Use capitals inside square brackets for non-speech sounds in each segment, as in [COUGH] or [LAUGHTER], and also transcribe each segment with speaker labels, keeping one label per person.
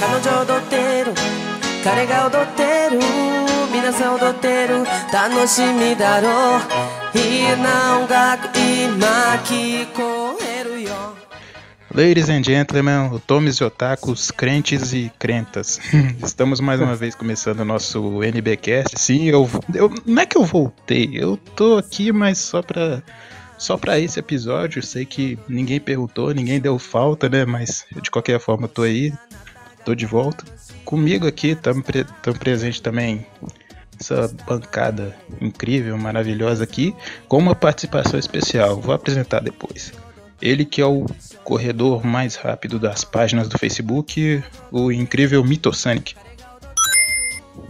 Speaker 1: 彼女ドテル彼が踊ってる皆さん踊ってる楽しみだろういいな音楽今聞こえるよ
Speaker 2: Ladies and gentlemen, otomes e otakus, crentes e crentas. [LAUGHS] Estamos mais uma vez começando o nosso NBcast. Sim, eu, eu não é que eu voltei, eu tô aqui, mas só pra só para esse episódio. Eu sei que ninguém perguntou, ninguém deu falta, né? Mas de qualquer forma, eu tô aí, tô de volta. Comigo aqui, estamos pre tamo presente também essa bancada incrível, maravilhosa aqui, com uma participação especial. Vou apresentar depois. Ele que é o corredor mais rápido das páginas do Facebook, o incrível Mitosanic.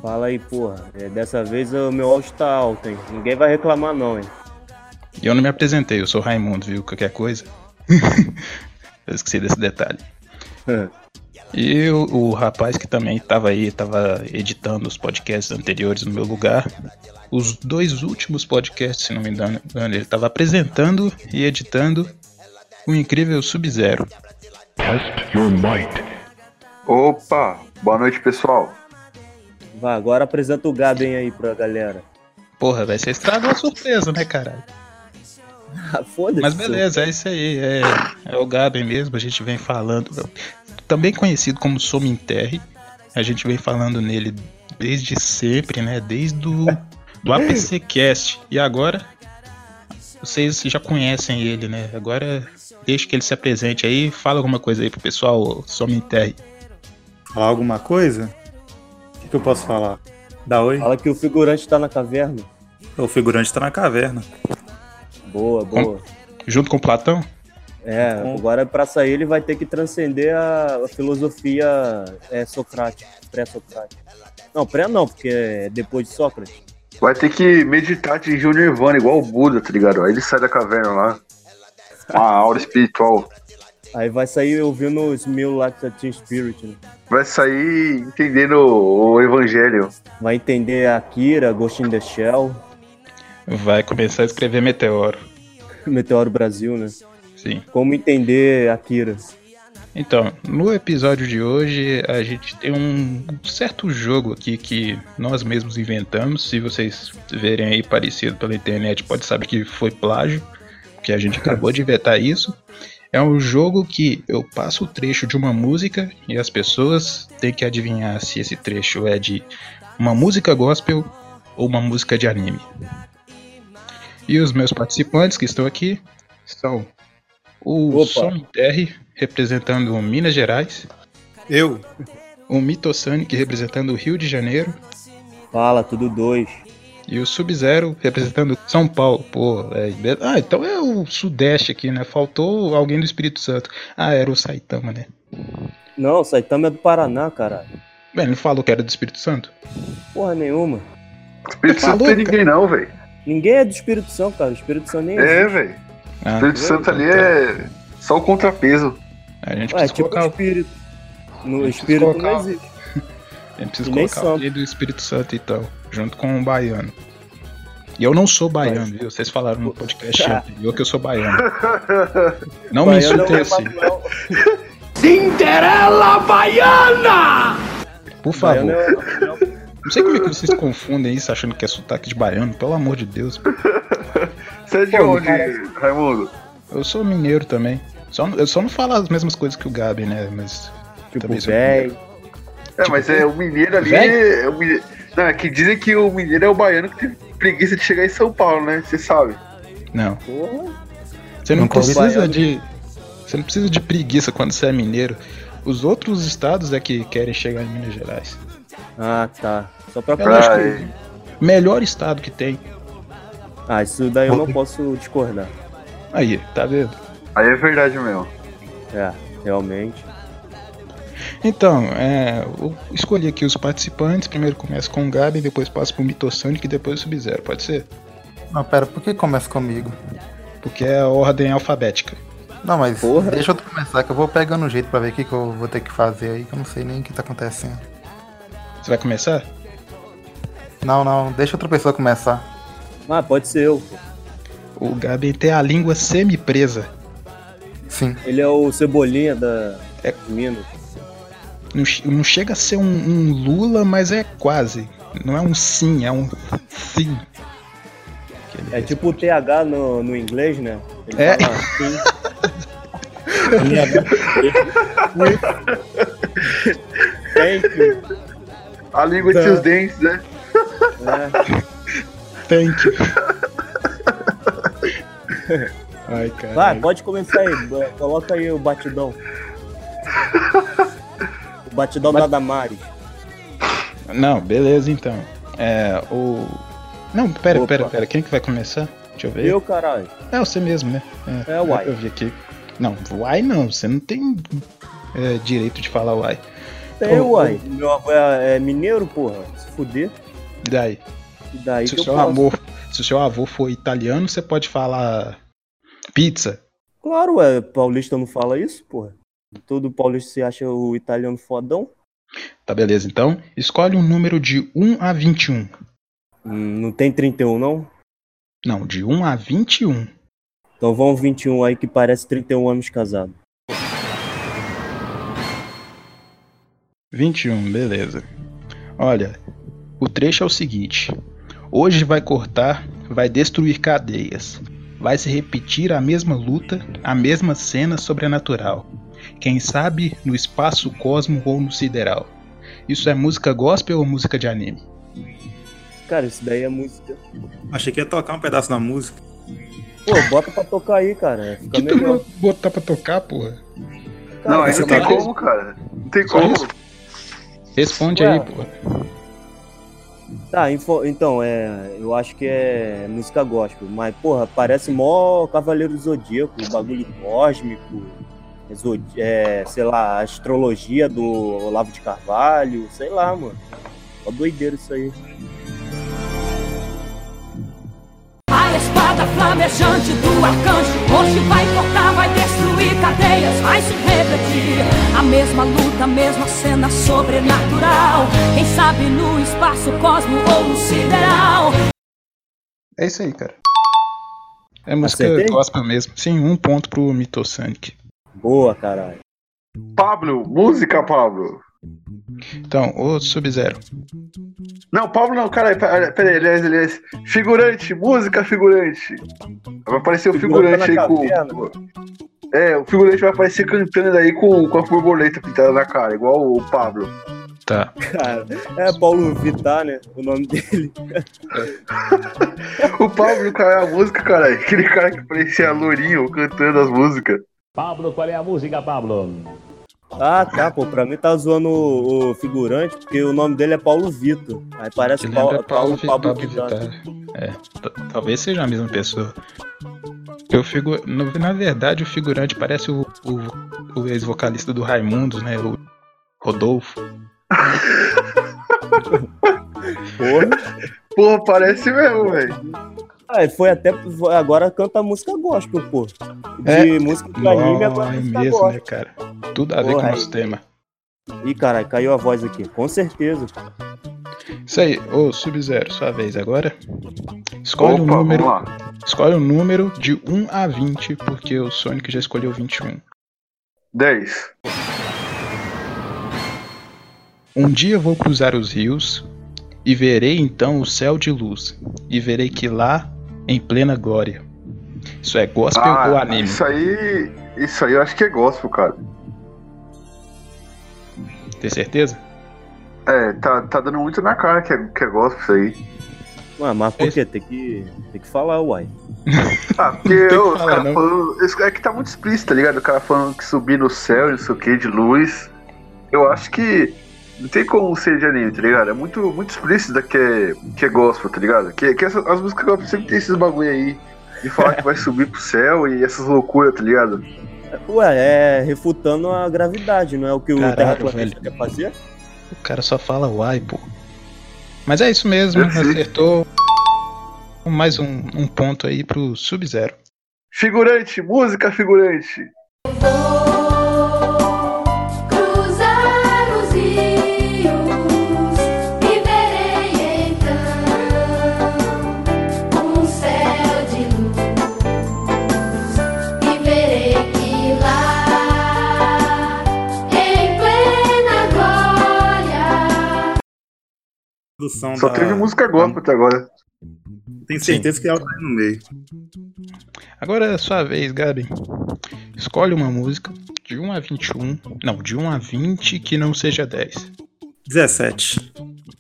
Speaker 3: Fala aí, porra. É, dessa vez o meu áudio tá alto, hein? Ninguém vai reclamar, não, [LAUGHS] hein?
Speaker 2: E eu não me apresentei, eu sou Raimundo, viu? Qualquer coisa. [LAUGHS] eu esqueci desse detalhe. E o, o rapaz que também estava aí, estava editando os podcasts anteriores no meu lugar. Os dois últimos podcasts, se não me engano, ele estava apresentando e editando o incrível Sub-Zero.
Speaker 4: Test your might. Opa, boa noite pessoal.
Speaker 3: Vai, agora apresenta o Gaben aí pra galera.
Speaker 2: Porra, vai ser estrada uma surpresa, né, caralho?
Speaker 3: Ah, Foda-se.
Speaker 2: Mas beleza, é isso aí. É, é o Gaben mesmo, a gente vem falando. Também conhecido como Sominterre. A gente vem falando nele desde sempre, né? Desde o do APC Cast. E agora, vocês já conhecem ele, né? Agora, deixa que ele se apresente aí. Fala alguma coisa aí pro pessoal, Sominterre.
Speaker 5: Falar alguma coisa? O que, que eu posso falar? Dá oi?
Speaker 3: Fala que o figurante tá na caverna.
Speaker 5: O figurante tá na caverna.
Speaker 3: Boa, [LAUGHS] boa.
Speaker 2: Junto com o Platão?
Speaker 3: É, agora pra sair ele vai ter que transcender a, a filosofia é, socrática, pré-socrática. Não, pré não, porque é depois de Sócrates.
Speaker 4: Vai ter que meditar atingir o Nirvana, igual o Buda, tá ligado? Aí ele sai da caverna lá. Uma aura espiritual.
Speaker 3: Aí vai sair ouvindo os mil lá que Teen Spirit, né?
Speaker 4: Vai sair entendendo o evangelho.
Speaker 3: Vai entender a Akira, Ghost in the Shell, [LAUGHS]
Speaker 2: Vai começar a escrever Meteoro.
Speaker 3: Meteoro Brasil, né?
Speaker 2: Sim.
Speaker 3: Como entender Akira.
Speaker 2: Então, no episódio de hoje a gente tem um certo jogo aqui que nós mesmos inventamos. Se vocês verem aí parecido pela internet, pode saber que foi plágio, porque a gente acabou de inventar isso. É um jogo que eu passo o trecho de uma música e as pessoas têm que adivinhar se esse trecho é de uma música gospel ou uma música de anime. E os meus participantes que estão aqui são o
Speaker 3: Opa.
Speaker 2: Som R representando Minas Gerais,
Speaker 5: Eu?
Speaker 2: o Mitosanic representando o Rio de Janeiro
Speaker 3: Fala, tudo dois.
Speaker 2: e o Sub-Zero representando São Paulo. Pô, é, be- ah, então é o Sudeste aqui, né? Faltou alguém do Espírito Santo. Ah, era o Saitama, né?
Speaker 3: Não, o Saitama é do Paraná, caralho.
Speaker 2: Bem, ele falou que era do Espírito Santo?
Speaker 3: Porra nenhuma.
Speaker 4: Espírito Santo não tem
Speaker 2: Maluca.
Speaker 4: ninguém não, velho.
Speaker 3: Ninguém é do Espírito Santo, cara. O Espírito Santo nem
Speaker 4: É,
Speaker 3: existe.
Speaker 4: velho.
Speaker 2: Ah,
Speaker 4: Espírito Santo ali é só o contrapeso.
Speaker 2: a gente
Speaker 3: Ué,
Speaker 2: precisa
Speaker 3: tipo o
Speaker 2: colocar,
Speaker 3: Espírito. No
Speaker 2: Tem que
Speaker 3: Espírito
Speaker 2: colocar-
Speaker 3: não existe.
Speaker 2: a gente precisa
Speaker 3: e nem
Speaker 2: colocar
Speaker 3: santo.
Speaker 2: alguém do Espírito Santo, então, junto com o baiano. E eu não sou baiano, viu? Vocês falaram no podcast
Speaker 3: Ah.
Speaker 2: anterior que eu sou
Speaker 4: [LAUGHS]
Speaker 2: baiano. Não me
Speaker 3: Baiano
Speaker 2: insultem
Speaker 3: é
Speaker 2: assim.
Speaker 3: Baiano
Speaker 2: assim, Por favor.
Speaker 3: é o-
Speaker 2: Não sei como é que vocês confundem isso achando que é sotaque de baiano, pelo amor de Deus.
Speaker 4: Você é de
Speaker 2: Pô,
Speaker 4: onde, Raimundo?
Speaker 2: Eu sou mineiro também. Só, eu só não falo as mesmas coisas que o Gabi, né? Mas.
Speaker 3: Tipo,
Speaker 2: Também sou
Speaker 3: velho.
Speaker 2: Tipo
Speaker 4: É, mas é o mineiro ali.
Speaker 2: Velho?
Speaker 4: É o mineiro... Não, é que dizem que o mineiro é o baiano que teve preguiça de chegar em São Paulo, né? Você sabe.
Speaker 2: Não.
Speaker 3: Porra.
Speaker 2: Você não,
Speaker 5: Não convido
Speaker 2: precisa
Speaker 3: baiano.
Speaker 2: de. Você não precisa de preguiça quando você é mineiro. Os outros estados é que querem chegar em Minas Gerais.
Speaker 3: Ah, tá. Só pra
Speaker 2: Eu acho
Speaker 3: constar.
Speaker 2: que o melhor estado que tem.
Speaker 3: Ah, isso daí eu não posso discordar.
Speaker 2: Aí, tá vendo?
Speaker 4: Aí é verdade mesmo.
Speaker 3: É, realmente.
Speaker 2: Então, é, eu escolhi aqui os participantes. Primeiro começa com o Gabi, depois passa pro Mitosanic e depois o Sub-Zero, pode ser?
Speaker 5: Não, pera, por que começa comigo?
Speaker 2: Porque é a ordem alfabética.
Speaker 5: Não, mas
Speaker 3: Porra.
Speaker 5: deixa eu começar, que eu vou pegando um jeito pra ver o que, que eu vou ter que fazer aí, que eu não sei nem o que tá acontecendo.
Speaker 2: Você vai começar?
Speaker 5: Não, não, deixa outra pessoa começar.
Speaker 3: Ah, pode ser eu. pô.
Speaker 2: O Gabi tem a língua semi-presa.
Speaker 5: Sim.
Speaker 3: Ele é o Cebolinha da
Speaker 2: É.
Speaker 3: de Minas.
Speaker 2: Não, che- não chega a ser um, um Lula, mas é quase. Não é um sim, é um sim. Que ele
Speaker 3: É tipo o TH no, no inglês, né? Ele
Speaker 2: É.
Speaker 3: fala assim. Thank you.
Speaker 4: A língua entre
Speaker 2: Tá.
Speaker 4: os dentes, né?
Speaker 3: né? [LAUGHS]
Speaker 2: Thank you. Ai, cara.
Speaker 3: Vai, pode começar aí. bo- Coloca aí o batidão. O batidão da Damari.
Speaker 2: Não, beleza então. É, o. Não, pera,
Speaker 3: Opa.
Speaker 2: pera, pera. Quem que vai começar? Deixa eu ver.
Speaker 3: Eu, caralho.
Speaker 2: É você mesmo, né?
Speaker 3: É, uai.
Speaker 2: Eu vi aqui. Não, uai não. Você não tem é, direito de falar uai.
Speaker 3: Tem,
Speaker 2: Ô,
Speaker 3: uai. Meu avô é, é mineiro, porra. Se fuder.
Speaker 2: E daí?
Speaker 3: E daí
Speaker 2: se,
Speaker 3: que
Speaker 2: o
Speaker 3: eu
Speaker 2: seu
Speaker 3: posso.
Speaker 2: avô, se o seu avô for italiano, você pode falar pizza.
Speaker 3: Claro, ué. Paulista não fala isso, porra. Todo paulista se acha o italiano fodão.
Speaker 2: Tá beleza, então. Escolhe um número de 1 a 21.
Speaker 3: Hum, não tem 31, não?
Speaker 2: Não, de 1 a 21.
Speaker 3: Então vão 21 aí que parece 31 anos casado.
Speaker 2: 21, beleza. Olha, o trecho é o seguinte: hoje vai cortar, vai destruir cadeias, vai se repetir a mesma luta, a mesma cena sobrenatural. Quem sabe no espaço cosmo ou no sideral. Isso é música gospel ou música de anime?
Speaker 3: Cara, isso daí é música.
Speaker 6: Achei que ia tocar um pedaço da música.
Speaker 3: Pô, bota pra tocar aí, cara. Fica
Speaker 2: Que tu
Speaker 3: melhor.
Speaker 2: vai botar pra tocar, porra?
Speaker 4: não, aí
Speaker 2: você
Speaker 4: não
Speaker 2: tá
Speaker 4: tem
Speaker 2: com-
Speaker 4: como, cara. Não tem
Speaker 2: Só
Speaker 4: como.
Speaker 2: isso? Responde
Speaker 3: Ué.
Speaker 2: aí, porra.
Speaker 3: Tá, info- então, é, eu acho que é música gospel, mas, porra, parece mó Cavaleiro do Zodíaco, bagulho cósmico, é zodi- é, sei lá, astrologia do Olavo de Carvalho, sei lá, mano. Ó doideira isso aí.
Speaker 7: A espada flamejante do arcanjo Hoje vai cortar, vai destruir cadeias Vai se repetir A mesma luta, a mesma cena sobrenatural Quem sabe no espaço, cosmo ou no sideral
Speaker 2: É isso aí, cara. É música
Speaker 3: Acertei?
Speaker 2: gospel mesmo. Sim, um ponto pro Mitosonic.
Speaker 3: Boa, caralho.
Speaker 4: Pablo, música, Pablo.
Speaker 2: Então, ô Sub-Zero.
Speaker 4: Não, Pablo não, cara, peraí, peraí, aliás, aliás. é, Figurante, música, figurante. Vai aparecer o
Speaker 2: tá
Speaker 3: Figurante
Speaker 4: figurante aí
Speaker 3: na
Speaker 4: com. É, o figurante vai aparecer cantando aí com, com a borboleta pintada na cara, igual o Pablo.
Speaker 2: Tá.
Speaker 3: Cara, é Paulo Vittar, né? O nome dele.
Speaker 4: O Pablo, cara, é a música, cara. Aquele cara que parecia lourinho cantando as músicas.
Speaker 8: Pablo, qual é a música, Pablo?
Speaker 3: Ah, tá, pô, pra mim tá zoando o, o figurante, porque o nome dele é Paulo Vitor. Aí parece
Speaker 2: Que
Speaker 3: Pau-
Speaker 2: lembra é Paulo, Vi- Pablo
Speaker 3: Vittar.
Speaker 2: Vittar. É, t- talvez seja a mesma pessoa. Eu figu... no- Na verdade, o figurante parece o, o- o ex-vocalista do Raimundos, né? O Rodolfo.
Speaker 3: Porra.
Speaker 4: Porra, parece mesmo, velho.
Speaker 3: Ah, ele foi até. foi- Agora canta música gospel, pô. De
Speaker 2: É.
Speaker 3: música de anime, agora
Speaker 2: Não, é
Speaker 3: música
Speaker 2: mesmo, né,
Speaker 3: gospel.
Speaker 2: cara? Tudo a ver
Speaker 3: Porra,
Speaker 2: com o
Speaker 3: aí.
Speaker 2: nosso tema.
Speaker 3: Ih, caralho, caiu a voz aqui. Com certeza.
Speaker 2: Isso aí, ô Sub-Zero, sua vez agora. Escolhe um
Speaker 4: Opa,
Speaker 2: número.
Speaker 4: vamos lá.
Speaker 2: Escolhe um número de 1 a 20, porque o Sonic já escolheu 21.
Speaker 4: 10.
Speaker 2: Um dia vou cruzar os rios e verei então o céu de luz, e verei que lá, em plena glória. Isso é gospel ou
Speaker 4: Ah,
Speaker 2: anime?
Speaker 4: isso aí. Isso aí eu acho que é gospel, cara.
Speaker 2: Tem certeza?
Speaker 4: É, tá, tá dando muito na cara que é, que é gospel isso aí.
Speaker 3: Ué, mas por quê? Tem que, tem que falar, uai.
Speaker 2: [LAUGHS]
Speaker 4: Ah, porque
Speaker 2: Não tem
Speaker 4: eu,
Speaker 2: que
Speaker 4: os
Speaker 2: falar,
Speaker 4: caras
Speaker 2: não.
Speaker 4: falando. esse- É que tá muito explícito, tá ligado? O cara falando que subir no céu, não sei o que, de luz. Eu acho que. Não tem como ser de anime, tá ligado? É muito, muito explícito da que é, que é gospel, tá ligado? Que, que essa- as músicas gospel sempre tem esses bagulho aí. De falar
Speaker 2: [LAUGHS]
Speaker 4: que vai subir pro céu e essas loucuras, tá ligado?
Speaker 3: Ué, é refutando a gravidade, não é o que
Speaker 2: Caralho,
Speaker 3: o terraplanista
Speaker 2: velho.
Speaker 3: quer fazer?
Speaker 2: O cara só fala uai, pô. Mas é isso mesmo,
Speaker 4: Eu sei.
Speaker 2: acertou. Mais um, um ponto aí pro Sub-Zero.
Speaker 4: Figurante, música figurante.
Speaker 9: Cruzar os rios e verei então um céu de luz e verei que lá em plena glória.
Speaker 6: produção
Speaker 4: Só
Speaker 2: Ah,
Speaker 6: da-
Speaker 4: teve música
Speaker 2: hum.
Speaker 4: gospel até agora.
Speaker 6: Tenho certeza que ela tá aí no meio.
Speaker 2: Agora é a sua vez, Gabi. Escolhe uma música de 1 a 21. Não, de 1 a 20 que não seja 10.
Speaker 6: 17.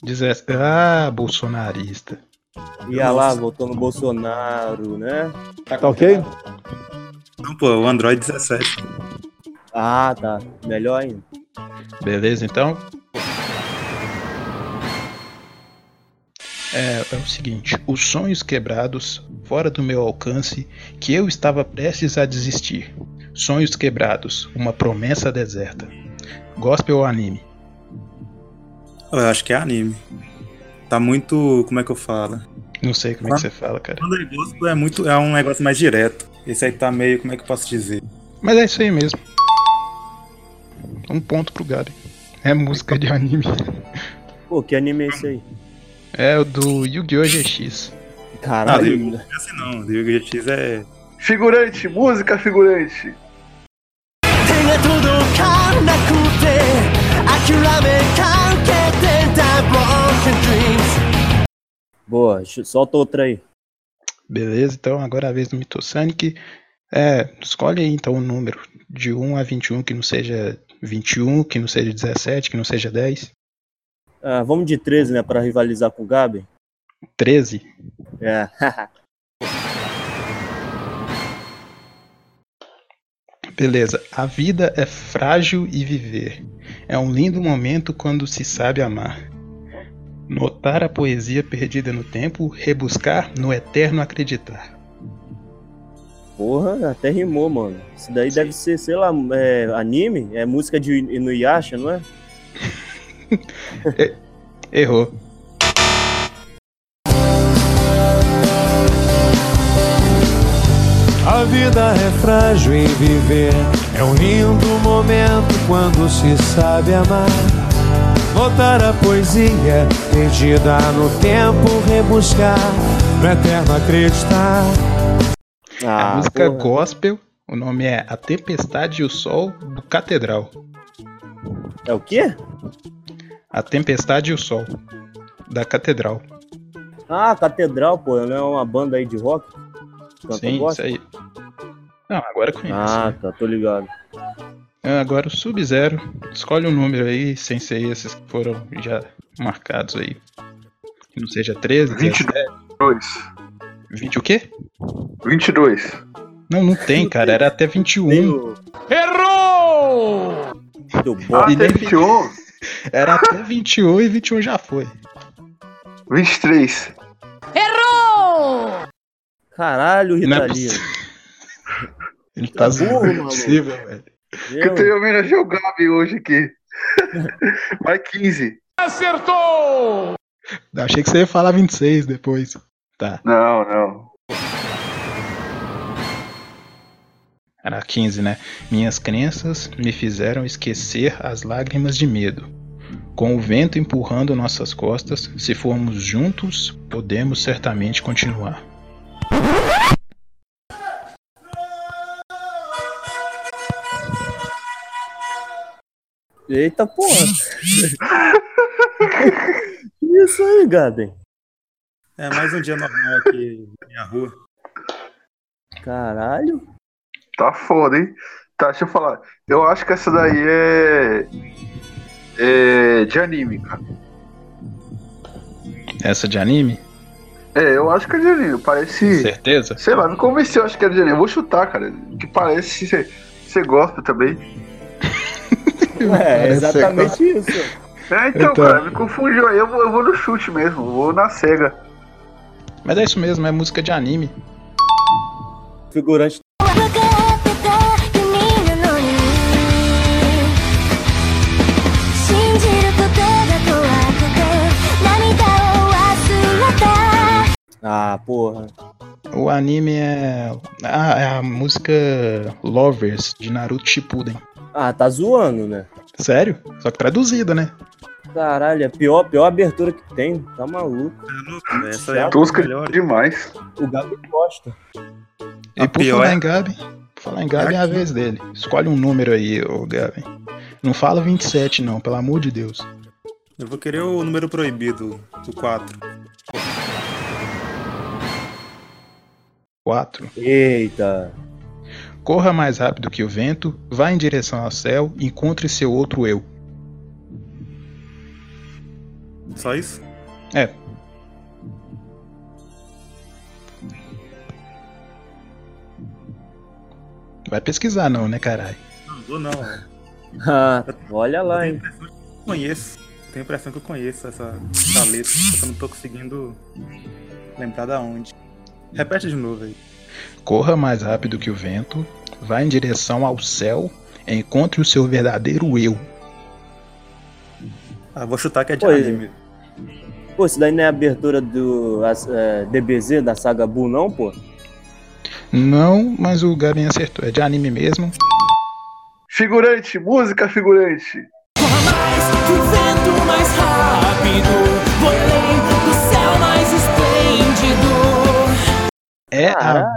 Speaker 2: Diz essa. Ah, bolsonarista.
Speaker 3: Ia lá, voltou no Bolsonaro, né?
Speaker 10: Tá ok?
Speaker 6: Não, pô, o Android 17.
Speaker 3: Ah, tá. Melhor ainda.
Speaker 2: Beleza, então? É, é o seguinte, os sonhos quebrados, fora do meu alcance, que eu estava prestes a desistir. Sonhos quebrados, uma promessa deserta. Gospel ou anime?
Speaker 6: Eu acho que é anime. Tá muito. Como é que eu falo?
Speaker 2: Não sei como é que você fala, cara.
Speaker 6: Quando é gospel é, muito, é um negócio mais direto. Esse aí tá meio. Como é que eu posso dizer?
Speaker 2: Mas é isso aí mesmo. Um ponto pro Gabi. É música de anime.
Speaker 3: Pô, que anime é esse aí?
Speaker 2: É o do Yu-Gi-Oh! GX.
Speaker 3: Caralho.
Speaker 6: Não,
Speaker 3: né?
Speaker 6: É assim não. The Yu-Gi-Oh! GX é.
Speaker 4: Figurante, música figurante.
Speaker 1: 手が届かなくて諦めかけてた broken dreams
Speaker 3: Boa, ch- solta outra aí.
Speaker 2: Beleza, então agora a vez do Mitosanic. É, escolhe aí então um número de 1 a 21 que não seja 21, que não seja 17, que não seja 10.
Speaker 3: Ah, vamos de 13, né? Pra rivalizar com o Gabi.
Speaker 2: 13.
Speaker 3: É.
Speaker 2: Beleza. A vida é frágil e viver. É um lindo momento quando se sabe amar. Notar a poesia perdida no tempo, rebuscar no eterno acreditar.
Speaker 3: Porra, até rimou, mano. Isso daí deve ser, sei lá, é, anime? É música de Inuyasha, não é?
Speaker 2: Errou.
Speaker 10: A vida é frágil em viver. É um lindo momento quando se sabe amar. Notar a poesia perdida no tempo, rebuscar no eterno acreditar.
Speaker 2: a música
Speaker 3: Ah, porra.
Speaker 2: gospel, o nome é A Tempestade e o Sol do Catedral.
Speaker 3: É o quê?
Speaker 2: A Tempestade e o Sol da Catedral.
Speaker 3: Ah, Catedral, pô, não é uma banda aí de rock? Canta
Speaker 2: Sim, isso
Speaker 3: gospel?
Speaker 2: aí. Não, agora conhece. [LAUGHS]
Speaker 3: Ah, tá, tô ligado.
Speaker 2: Ah, Agora o Sub-Zero. Escolhe um número aí, sem ser esses que foram já marcados aí. Que não seja 13,
Speaker 4: 22.
Speaker 2: 17,
Speaker 4: 2.
Speaker 2: 20 o quê?
Speaker 4: 22.
Speaker 2: Não, não
Speaker 3: [LAUGHS]
Speaker 2: tem, cara. Era até 21.
Speaker 3: Tem o
Speaker 8: Errou!
Speaker 3: do
Speaker 4: Ah,
Speaker 3: Bob.
Speaker 2: E um.
Speaker 4: até
Speaker 2: nem-
Speaker 4: 21.
Speaker 2: Era até 21 e 21 já foi.
Speaker 4: 23.
Speaker 3: Caralho,
Speaker 2: Não é
Speaker 3: Ritalino.
Speaker 2: possível. Ele tá
Speaker 3: É burro,
Speaker 2: zoando. Não é
Speaker 3: maluco.
Speaker 2: possível, velho.
Speaker 4: Que eu tenho homenagem ao Gabi hoje aqui. Vai 15.
Speaker 8: Acertou!
Speaker 2: Achei que você ia falar 26 depois. Tá.
Speaker 4: Não, não.
Speaker 2: Era 15, né? Minhas crenças me fizeram esquecer as lágrimas de medo. Com o vento empurrando nossas costas, se formos juntos, podemos certamente continuar.
Speaker 3: Eita porra. Isso aí, Gabi.
Speaker 6: É mais um dia normal aqui na minha rua.
Speaker 3: Caralho.
Speaker 4: Tá foda, hein? Tá, deixa eu falar. Eu acho que essa daí é. É. De anime, cara.
Speaker 2: Essa de anime?
Speaker 4: É, eu acho que é de anime. Parece.
Speaker 2: Certeza?
Speaker 4: Sei lá, me convenceu, acho que era de anime. Eu vou chutar, cara. Que parece ser, ser gospel também.
Speaker 3: É, é exatamente isso.
Speaker 4: É, então,
Speaker 2: Então.
Speaker 4: cara, me confundiu aí. Eu vou, eu vou no chute mesmo. eu Vou na cega.
Speaker 2: Mas é isso mesmo, é música de anime.
Speaker 3: Figurante.
Speaker 9: 分かってた君なのに信じることが怖くて涙を忘れた
Speaker 3: Ah, porra.
Speaker 2: O anime é. Ah, é a música Lovers de Naruto Shippuden.
Speaker 3: Ah, tá zoando, né?
Speaker 2: Sério? Só que traduzida, né?
Speaker 3: Caralho, é a pior, pior abertura que tem. Tá maluco.
Speaker 6: É louco, velho. Essa é a
Speaker 4: Tosca
Speaker 6: melhor.
Speaker 4: demais.
Speaker 3: O Gabi gosta.
Speaker 2: E
Speaker 6: A
Speaker 2: por
Speaker 6: pior
Speaker 2: falar
Speaker 6: é-
Speaker 2: em Gabi, por falar em Gabi é a vez dele. Escolhe um número aí, ô Gabi. Não fala 27 não, pelo amor de Deus.
Speaker 6: Eu vou querer o número proibido do 4.
Speaker 2: 4.
Speaker 3: Eita! [LAUGHS]
Speaker 2: Corra mais rápido que o vento, vá em direção ao céu, encontre seu outro eu.
Speaker 6: Só isso?
Speaker 2: É. Vai pesquisar não, né, caralho?
Speaker 6: Não, vou não.
Speaker 3: Ah, olha lá, hein?
Speaker 6: Conheço. Eu tenho a impressão que eu conheço essa, essa letra, só que eu não tô conseguindo lembrar da onde. Repete de novo aí.
Speaker 2: Corra mais rápido que o vento, vá em direção ao céu, encontre o seu verdadeiro eu.
Speaker 6: Ah, vou chutar que é de
Speaker 3: Oi.
Speaker 6: anime.
Speaker 3: Pô, isso daí não é a abertura do as- é, DBZ, da saga Buu, não, pô?
Speaker 2: Não, mas o Gabin acertou. É de anime mesmo.
Speaker 4: Figurante, música figurante.
Speaker 1: Que o vento mais rápido, vou além do céu mais esplêndido.
Speaker 2: É a,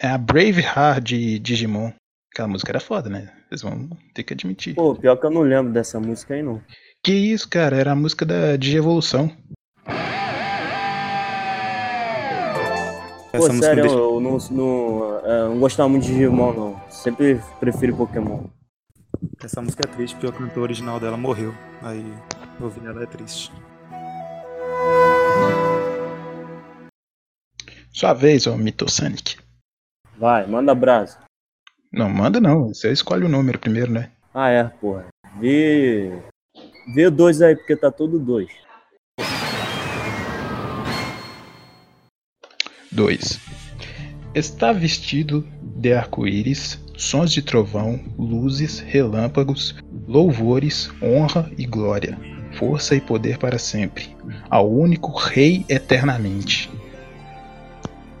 Speaker 2: é a Braveheart de Digimon. Aquela música era foda, né? Vocês vão ter que admitir.
Speaker 3: Pô, pior que eu não lembro dessa música aí, não.
Speaker 2: Que isso, cara? Era a música da Digievolução.
Speaker 3: Pô,
Speaker 6: Essa música
Speaker 3: sério,
Speaker 6: me deixa-
Speaker 3: eu não, não, é, não gostava muito de Digimon, não. Sempre prefiro Pokémon.
Speaker 6: Essa música é triste, porque o cantor original dela morreu. Aí ouvir ela é triste.
Speaker 2: Sua vez, ô Mitosonic.
Speaker 3: Vai, manda abraço.
Speaker 2: Não, manda não. Você escolhe o número primeiro, né?
Speaker 3: Ah, é, porra. Vê. Vê dois aí, porque tá todo dois.
Speaker 2: Dois. Está vestido de arco-íris, sons de trovão, luzes, relâmpagos, louvores, honra e glória, força e poder para sempre, ao único Rei eternamente.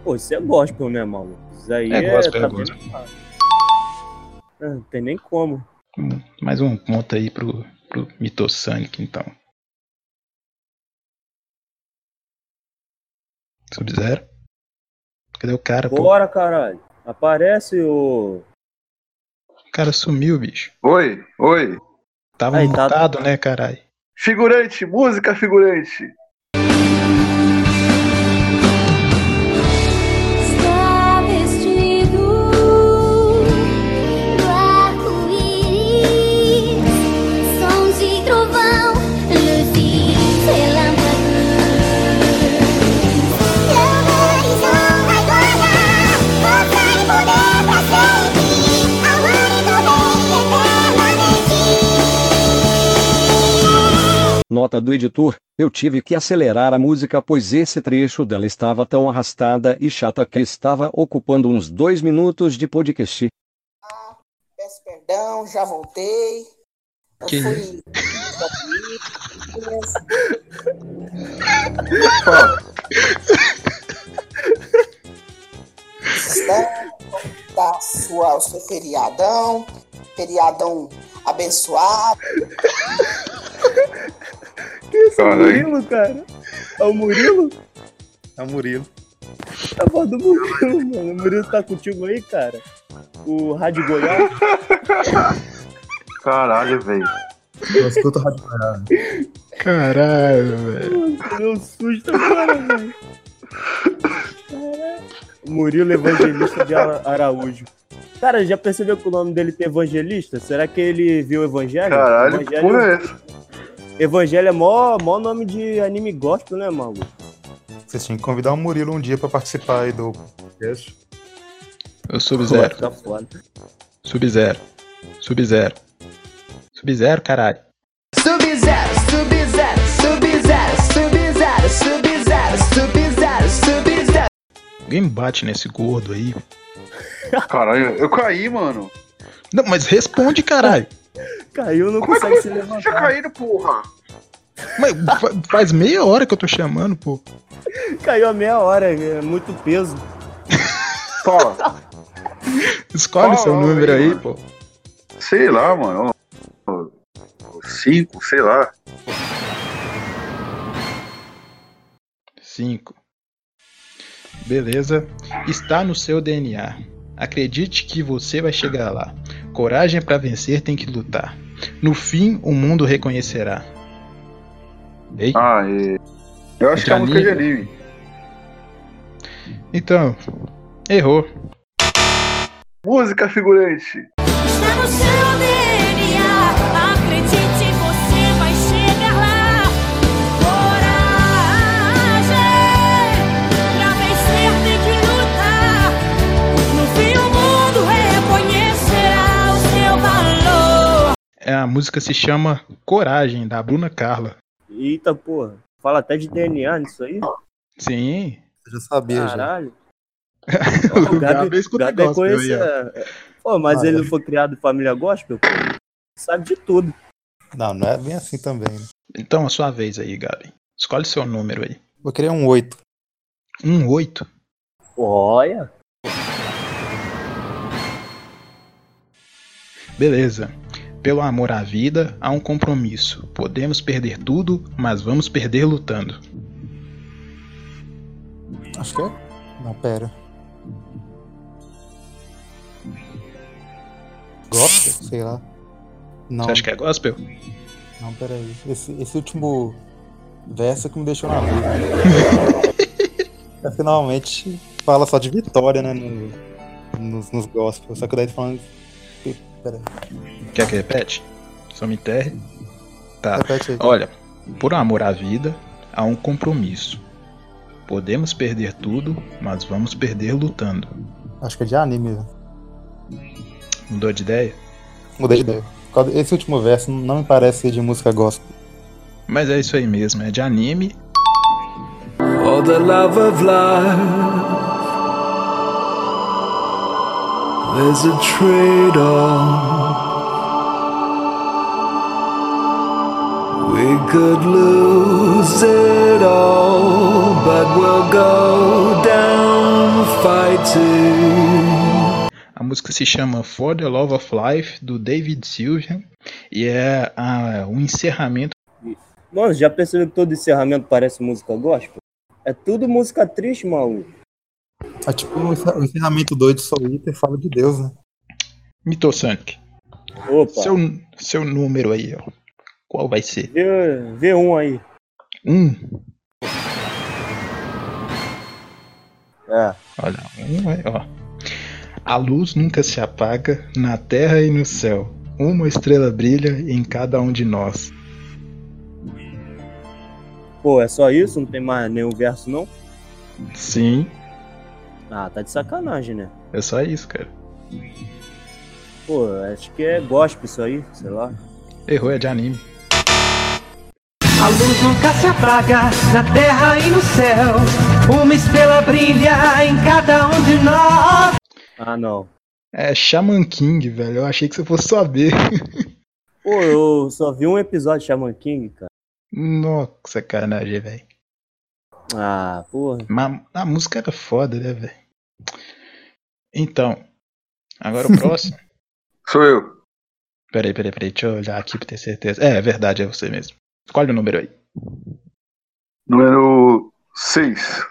Speaker 3: Pô, isso é gospel, né, maluco? Isso aí
Speaker 2: É
Speaker 3: é.
Speaker 2: gospel, é
Speaker 3: tá
Speaker 2: gospel.
Speaker 3: bem- Ah, Não tem nem como.
Speaker 2: Hum, Mais um ponto aí pro, pro Mitosonic, então. Sub-Zero? Cadê o cara? Pô?
Speaker 3: Bora, caralho. Aparece o.
Speaker 2: O cara sumiu, bicho.
Speaker 4: Oi, oi.
Speaker 2: Tava
Speaker 3: Aí, tá-
Speaker 2: mutado, né, caralho?
Speaker 4: Figurante, música figurante.
Speaker 9: Está vestido do arco-íris, sons de trovão, luzes, relâmpagos. Louvores, honra e glória, força e poder pra sempre, amor e poder eternamente.
Speaker 11: Nota do editor: eu tive que acelerar a música pois esse trecho dela estava tão arrastada e chata que estava ocupando uns dois minutos de podcast.
Speaker 12: Peço perdão, já voltei. Eu
Speaker 2: Que
Speaker 12: fui. Estamos da sua, o seu feriadão, feriadão abençoado.
Speaker 3: Que isso, é o
Speaker 4: Caralho.
Speaker 3: Murilo, cara? É o Murilo?
Speaker 6: É o Murilo.
Speaker 3: É a voz do Murilo, mano. O Murilo tá contigo aí, cara? O Rádio Goiás?
Speaker 4: Caralho, velho.
Speaker 5: Eu escuto rádio Goiás.
Speaker 2: Caralho, velho.
Speaker 3: Mano, Deu um susto agora, velho. Caralho. Murilo Evangelista de Ara- Araújo. Cara, já percebeu que o nome dele tem Evangelista? Será que ele viu o Evangelho?
Speaker 4: Caralho, que porra
Speaker 3: Evangelho,
Speaker 4: é essa?
Speaker 3: Evangelho é mó, mó nome de anime gospel, né, maluco?
Speaker 5: Vocês tinham que convidar o Murilo um dia pra participar aí do podcast.
Speaker 2: Eu Sub-Zero.
Speaker 3: Tá foda.
Speaker 2: Sub-Zero. Sub-Zero. Sub-Zero, caralho.
Speaker 7: Sub-zero, sub-zero, sub-zero, sub-zero, sub-zero, sub-zero, sub-zero.
Speaker 2: Alguém bate nesse gordo aí.
Speaker 4: Caralho, eu caí, mano.
Speaker 2: Não, mas responde, caralho.
Speaker 3: Caiu, não
Speaker 4: Como é que
Speaker 3: consegue se
Speaker 4: eu
Speaker 3: levantar.
Speaker 4: tinha caído, porra?
Speaker 2: Mas fa- faz meia hora que eu tô chamando, pô.
Speaker 3: Caiu a meia hora, é muito peso.
Speaker 4: Fala.
Speaker 2: Escolhe
Speaker 4: Qual
Speaker 2: seu
Speaker 4: é o
Speaker 2: número
Speaker 4: aí,
Speaker 2: aí,
Speaker 4: mano?
Speaker 2: pô.
Speaker 4: Sei lá, mano. Cinco, sei lá.
Speaker 2: 5. Beleza. Está no seu DNA. Acredite que você vai chegar lá. Coragem para vencer tem que lutar. No fim, o mundo reconhecerá. Ei.
Speaker 4: Ah, e... Eu
Speaker 2: De
Speaker 4: acho que é uma música de
Speaker 2: anime?
Speaker 4: anime.
Speaker 2: Então, errou.
Speaker 4: Música figurante.
Speaker 9: Está no seu DNA. Acredite, você vai chegar lá. Coragem. Pra vencer tem que lutar. No fim o mundo reconhecerá o seu valor.
Speaker 2: É, A música se chama Coragem, da Bruna Carla.
Speaker 3: Eita porra. Fala até de DNA nisso aí?
Speaker 2: Sim.
Speaker 5: Eu já
Speaker 2: [LAUGHS]
Speaker 5: sabia,
Speaker 3: Caralho.
Speaker 2: já.
Speaker 3: O Gabi,
Speaker 2: Gabi escuta
Speaker 3: Gabi é
Speaker 2: gospel aí,
Speaker 3: conhecido.
Speaker 2: ó.
Speaker 3: Pô, mas
Speaker 5: Ah,
Speaker 3: ele
Speaker 5: é.
Speaker 3: foi criado em família gospel? pô. Sabe de tudo.
Speaker 5: Não, não é bem assim também. Né?
Speaker 2: Então, a sua vez aí, Gabi. Escolhe seu número aí.
Speaker 5: Vou querer um 8.
Speaker 2: Um 8?
Speaker 3: Olha.
Speaker 2: Beleza. Pelo amor à vida, há um compromisso. Podemos perder tudo, mas vamos perder lutando.
Speaker 5: Acho que é. Não, pera. Gospel? Sei lá. Não.
Speaker 2: Você acha que é gospel?
Speaker 5: Não, peraí. Esse, esse último verso é que me deixou na dúvida. É, Finalmente fala só de vitória, né? no- nos, nos gospels. Só que daí tá falando. Peraí.
Speaker 2: Quer que repete? Só me enterre. Tá.
Speaker 5: Repete aí.
Speaker 2: Olha, por amor à vida, há um compromisso. Podemos perder tudo, mas vamos perder lutando.
Speaker 5: Acho que é de anime. né?
Speaker 2: Mudou de ideia?
Speaker 5: Mudei de ideia. Por causa- Esse último verso não me parece ser de música gospel.
Speaker 2: Mas é isso aí mesmo, é de anime.
Speaker 10: All the love of life. There's a trade off. We could lose it all, but we'll go down fighting.
Speaker 2: A música se chama For the Love of Life, do David Sylvian, e é ah, um encerramento.
Speaker 3: Mano, já percebeu que todo encerramento parece música gospel? É tudo música triste, maluco.
Speaker 5: É tipo o encer- o encerramento doido só Ita e fala de Deus, né?
Speaker 2: Mitosonic,
Speaker 5: Tá.
Speaker 3: Opa.
Speaker 2: seu, seu número aí, ó. Qual vai ser?
Speaker 3: Vê, vê um aí.
Speaker 2: Um?
Speaker 3: É.
Speaker 2: Olha, um é, ó. A luz nunca se apaga na terra e no céu. Uma estrela brilha em cada um de nós.
Speaker 3: Pô, é só isso? Não tem mais nenhum verso, não?
Speaker 2: Sim,
Speaker 3: Ah, tá de sacanagem, né?
Speaker 2: é só isso, cara.
Speaker 3: Pô, acho que é gospel isso aí, sei lá.
Speaker 2: Errou, é de anime.
Speaker 1: A luz nunca se apaga na terra e no céu. Uma estrela brilha em cada um de nós.
Speaker 3: Ah, não.
Speaker 2: É Shaman King, velho. Eu achei que você fosse saber.
Speaker 3: Pô, eu só vi um episódio de Shaman King, cara.
Speaker 2: [LAUGHS] Nossa, sacanagem, velho.
Speaker 3: Ah, porra.
Speaker 2: Mas a música era foda, né, velho? Então, agora o próximo.
Speaker 4: Sou eu.
Speaker 2: Peraí, peraí, peraí. Deixa eu olhar aqui pra ter certeza. É, é verdade, é você mesmo. Escolhe o número aí.
Speaker 4: Número 6.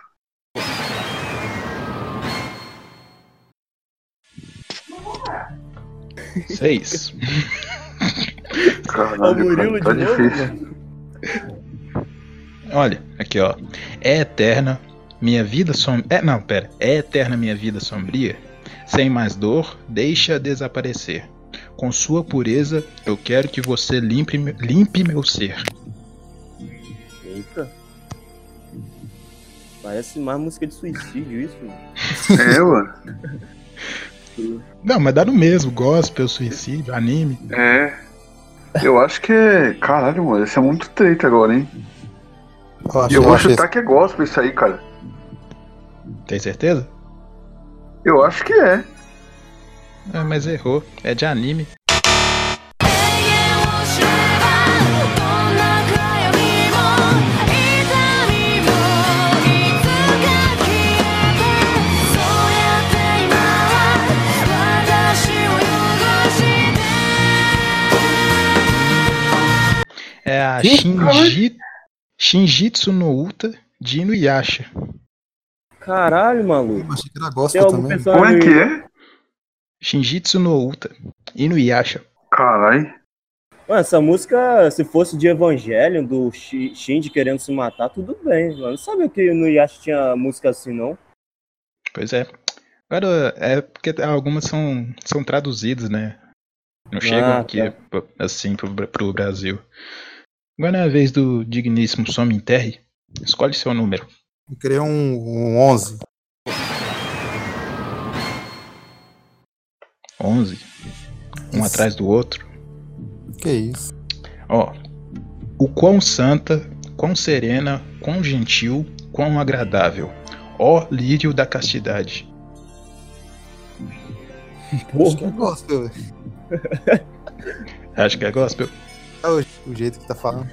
Speaker 2: Seis.
Speaker 4: Caralho, cara, tá difícil.
Speaker 2: Olha, aqui ó. É eterna minha vida sombria. É, não, pera. É eterna minha vida sombria. Sem mais dor, deixa desaparecer. Com sua pureza, eu quero que você limpe, me- limpe meu ser.
Speaker 3: Eita. Parece mais música de suicídio isso, mano.
Speaker 4: É, mano.
Speaker 2: Não, mas dá no mesmo. Gospel, suicídio, anime.
Speaker 4: É. Eu acho que é. Caralho, mano, isso é muito treta agora, hein?
Speaker 5: Eu acho,
Speaker 4: eu
Speaker 5: eu
Speaker 4: vou
Speaker 5: acho
Speaker 4: chutar que é gospel isso aí, cara.
Speaker 2: Tem certeza?
Speaker 4: Eu acho que é.
Speaker 2: Ah, mas errou. É de anime.
Speaker 9: 知ればどんな暗闇も痛みもいつか消えてそうやって今は私を汚して
Speaker 2: É a
Speaker 5: Que?
Speaker 2: Shinji... Shinjitsu no Uta de Inuyasha.
Speaker 3: Caralho, maluco.
Speaker 5: Eu achei que era
Speaker 3: Tem
Speaker 5: gospel
Speaker 3: algum
Speaker 5: também.
Speaker 3: pessoal
Speaker 4: Como é
Speaker 3: aí-
Speaker 4: que é?
Speaker 2: Shinjitsu no Uta. Inuyasha.
Speaker 4: Caralho.
Speaker 3: Mano, essa música, se fosse de Evangelho, do Shi- Shinji querendo se matar, tudo bem. Mano, não sabia que no Yashi tinha música assim, não.
Speaker 2: Pois é. Agora, é porque algumas são, são traduzidas, né? Não
Speaker 3: Ah,
Speaker 2: chegam aqui,
Speaker 3: tá.
Speaker 2: pro- assim, pro, Bra- pro Brasil. Agora é a vez do digníssimo Some Enterre. Escolhe seu número.
Speaker 5: Eu queria um, um 11.
Speaker 2: 11. Um atrás do outro.
Speaker 5: Que isso.
Speaker 2: Ó. O quão santa, quão serena, quão gentil, quão agradável. Ó lírio da castidade.
Speaker 5: Acho que é gospel, velho.
Speaker 2: Acho que é gospel.
Speaker 5: É o, o jeito que tá falando.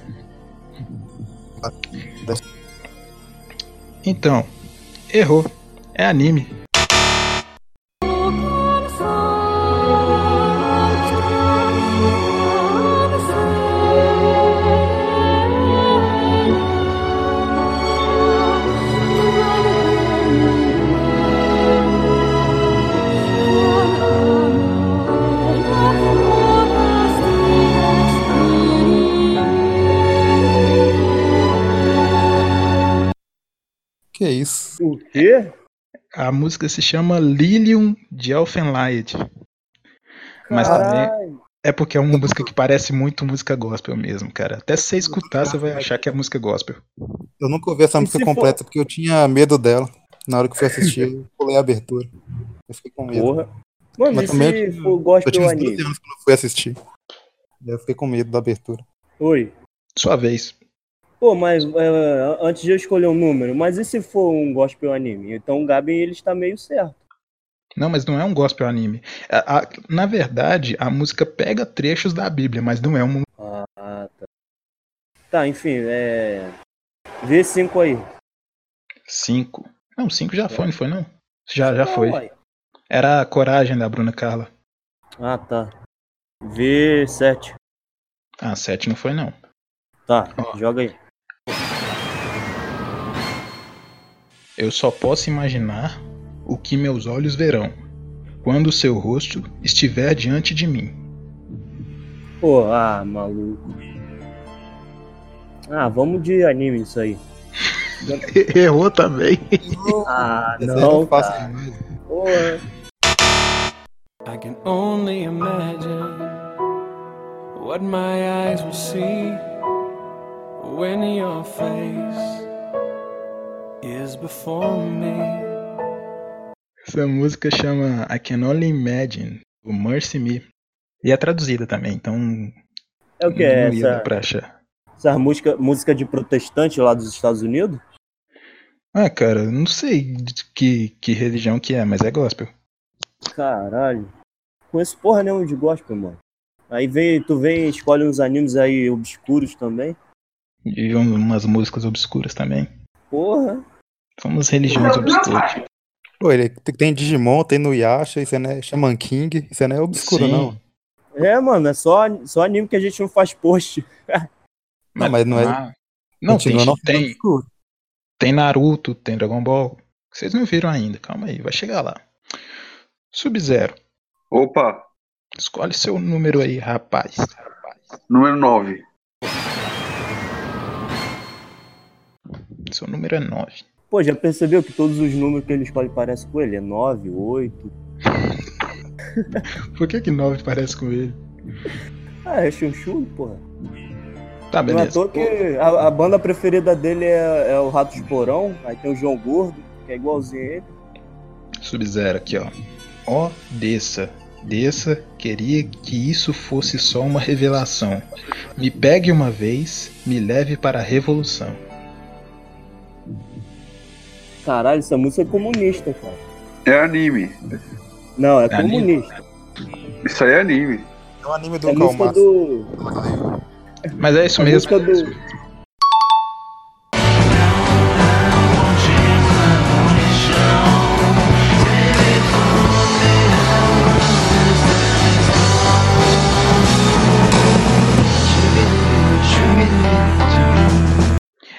Speaker 2: Então, errou. É anime.
Speaker 5: Que isso?
Speaker 3: O quê?
Speaker 2: A música se chama Lilium de Elfenlied. Mas também
Speaker 3: Caralho.
Speaker 2: é porque é uma música que parece muito música gospel mesmo, cara. Até se você escutar, você vai achar que é música gospel.
Speaker 5: Eu nunca ouvi essa música
Speaker 2: se
Speaker 5: completa porque eu tinha medo dela. Na hora que eu fui assistir, eu pulei a abertura. Eu fiquei com medo.
Speaker 3: Porra. Mano,
Speaker 5: Mas
Speaker 3: e
Speaker 5: também
Speaker 3: se
Speaker 5: eu-
Speaker 3: for
Speaker 5: eu
Speaker 3: gospel
Speaker 5: tinha uns
Speaker 3: anime?
Speaker 5: 12 anos quando eu fui assistir. Daí Eu fiquei com medo da abertura.
Speaker 3: Oi.
Speaker 2: Sua vez.
Speaker 3: Pô, mas é, antes de eu escolher um número, mas e se for um gospel anime? Então o Gabi ele está meio certo.
Speaker 2: Não, mas não é um gospel anime. A- a- na verdade, a música pega trechos da Bíblia, mas não é um.
Speaker 3: Ah, tá. Tá, enfim, é. V5 aí.
Speaker 2: Cinco. Não, cinco já foi, não foi não? Já, já foi.
Speaker 3: uai.
Speaker 2: Era a coragem da Bruna Carla.
Speaker 3: Ah, tá. V7.
Speaker 2: Ah, sete não foi não.
Speaker 3: Tá, joga aí.
Speaker 2: Eu só posso imaginar o que meus olhos verão quando o seu rosto estiver diante de mim.
Speaker 3: Pô, ah, maluco. Ah, vamos de anime isso aí.
Speaker 2: Errou também.
Speaker 3: Ah,
Speaker 5: Essa aí
Speaker 3: não, é,
Speaker 5: não faço
Speaker 3: cara.
Speaker 5: demais.
Speaker 3: Porra.
Speaker 13: I can only imagine what my eyes will see when your face is before me.
Speaker 2: Essa música chama I Can Only Imagine, o Mercy Me. E é traduzida também, então
Speaker 3: É o que?
Speaker 2: não ia
Speaker 3: É
Speaker 2: né? dar
Speaker 3: essa,
Speaker 2: pra achar.
Speaker 3: essa música, música de protestante lá dos Estados Unidos?
Speaker 2: Ah, cara, não sei de que, que religião que é, mas é gospel.
Speaker 3: Caralho. Conheço porra nenhuma de gospel, mano. Aí vem, tu vem e escolhe uns animes aí obscuros também.
Speaker 2: E um- umas músicas obscuras também.
Speaker 3: Porra.
Speaker 2: São umas religiões obscuras.
Speaker 5: Pô, ele tem tem Digimon, tem Nuyasha, isso aí não é Shaman King, isso aí não é obscuro,
Speaker 2: Sim.
Speaker 5: não.
Speaker 3: É, mano, é só, só anime que a gente não faz post.
Speaker 5: Não, mas não é.
Speaker 2: Ah, Não, tem,
Speaker 5: continua não sendo
Speaker 2: tem,
Speaker 5: obscuro.
Speaker 2: tem Naruto, tem Dragon Ball. Vocês não viram ainda, calma aí, vai chegar lá. Sub-Zero.
Speaker 4: Opa!
Speaker 2: Escolhe seu número aí, rapaz.
Speaker 4: Número 9.
Speaker 2: Seu número é 9.
Speaker 3: Pô, já percebeu que todos os números que ele escolhe parecem com ele? É 9, 8.
Speaker 2: Por que que 9 parece com ele?
Speaker 3: Ah, é chunchudo, porra.
Speaker 2: Tá,
Speaker 3: Não é à
Speaker 2: beleza.
Speaker 3: toa que a, a banda preferida dele é, é o Rato de Porão, aí tem o João Gordo, que é igualzinho a ele.
Speaker 2: Sub-Zero aqui, ó. Ó, desça. Desça, queria que isso fosse só uma revelação. Me pegue uma vez, me leve para a revolução.
Speaker 3: Caralho, essa música é comunista, cara.
Speaker 4: É anime.
Speaker 3: Não, é,
Speaker 4: É anime?
Speaker 3: comunista.
Speaker 4: Isso aí é anime.
Speaker 5: É um anime do
Speaker 3: É música
Speaker 5: Calmaço.
Speaker 3: do.
Speaker 2: Mas é isso
Speaker 3: É
Speaker 2: mesmo.
Speaker 3: música do.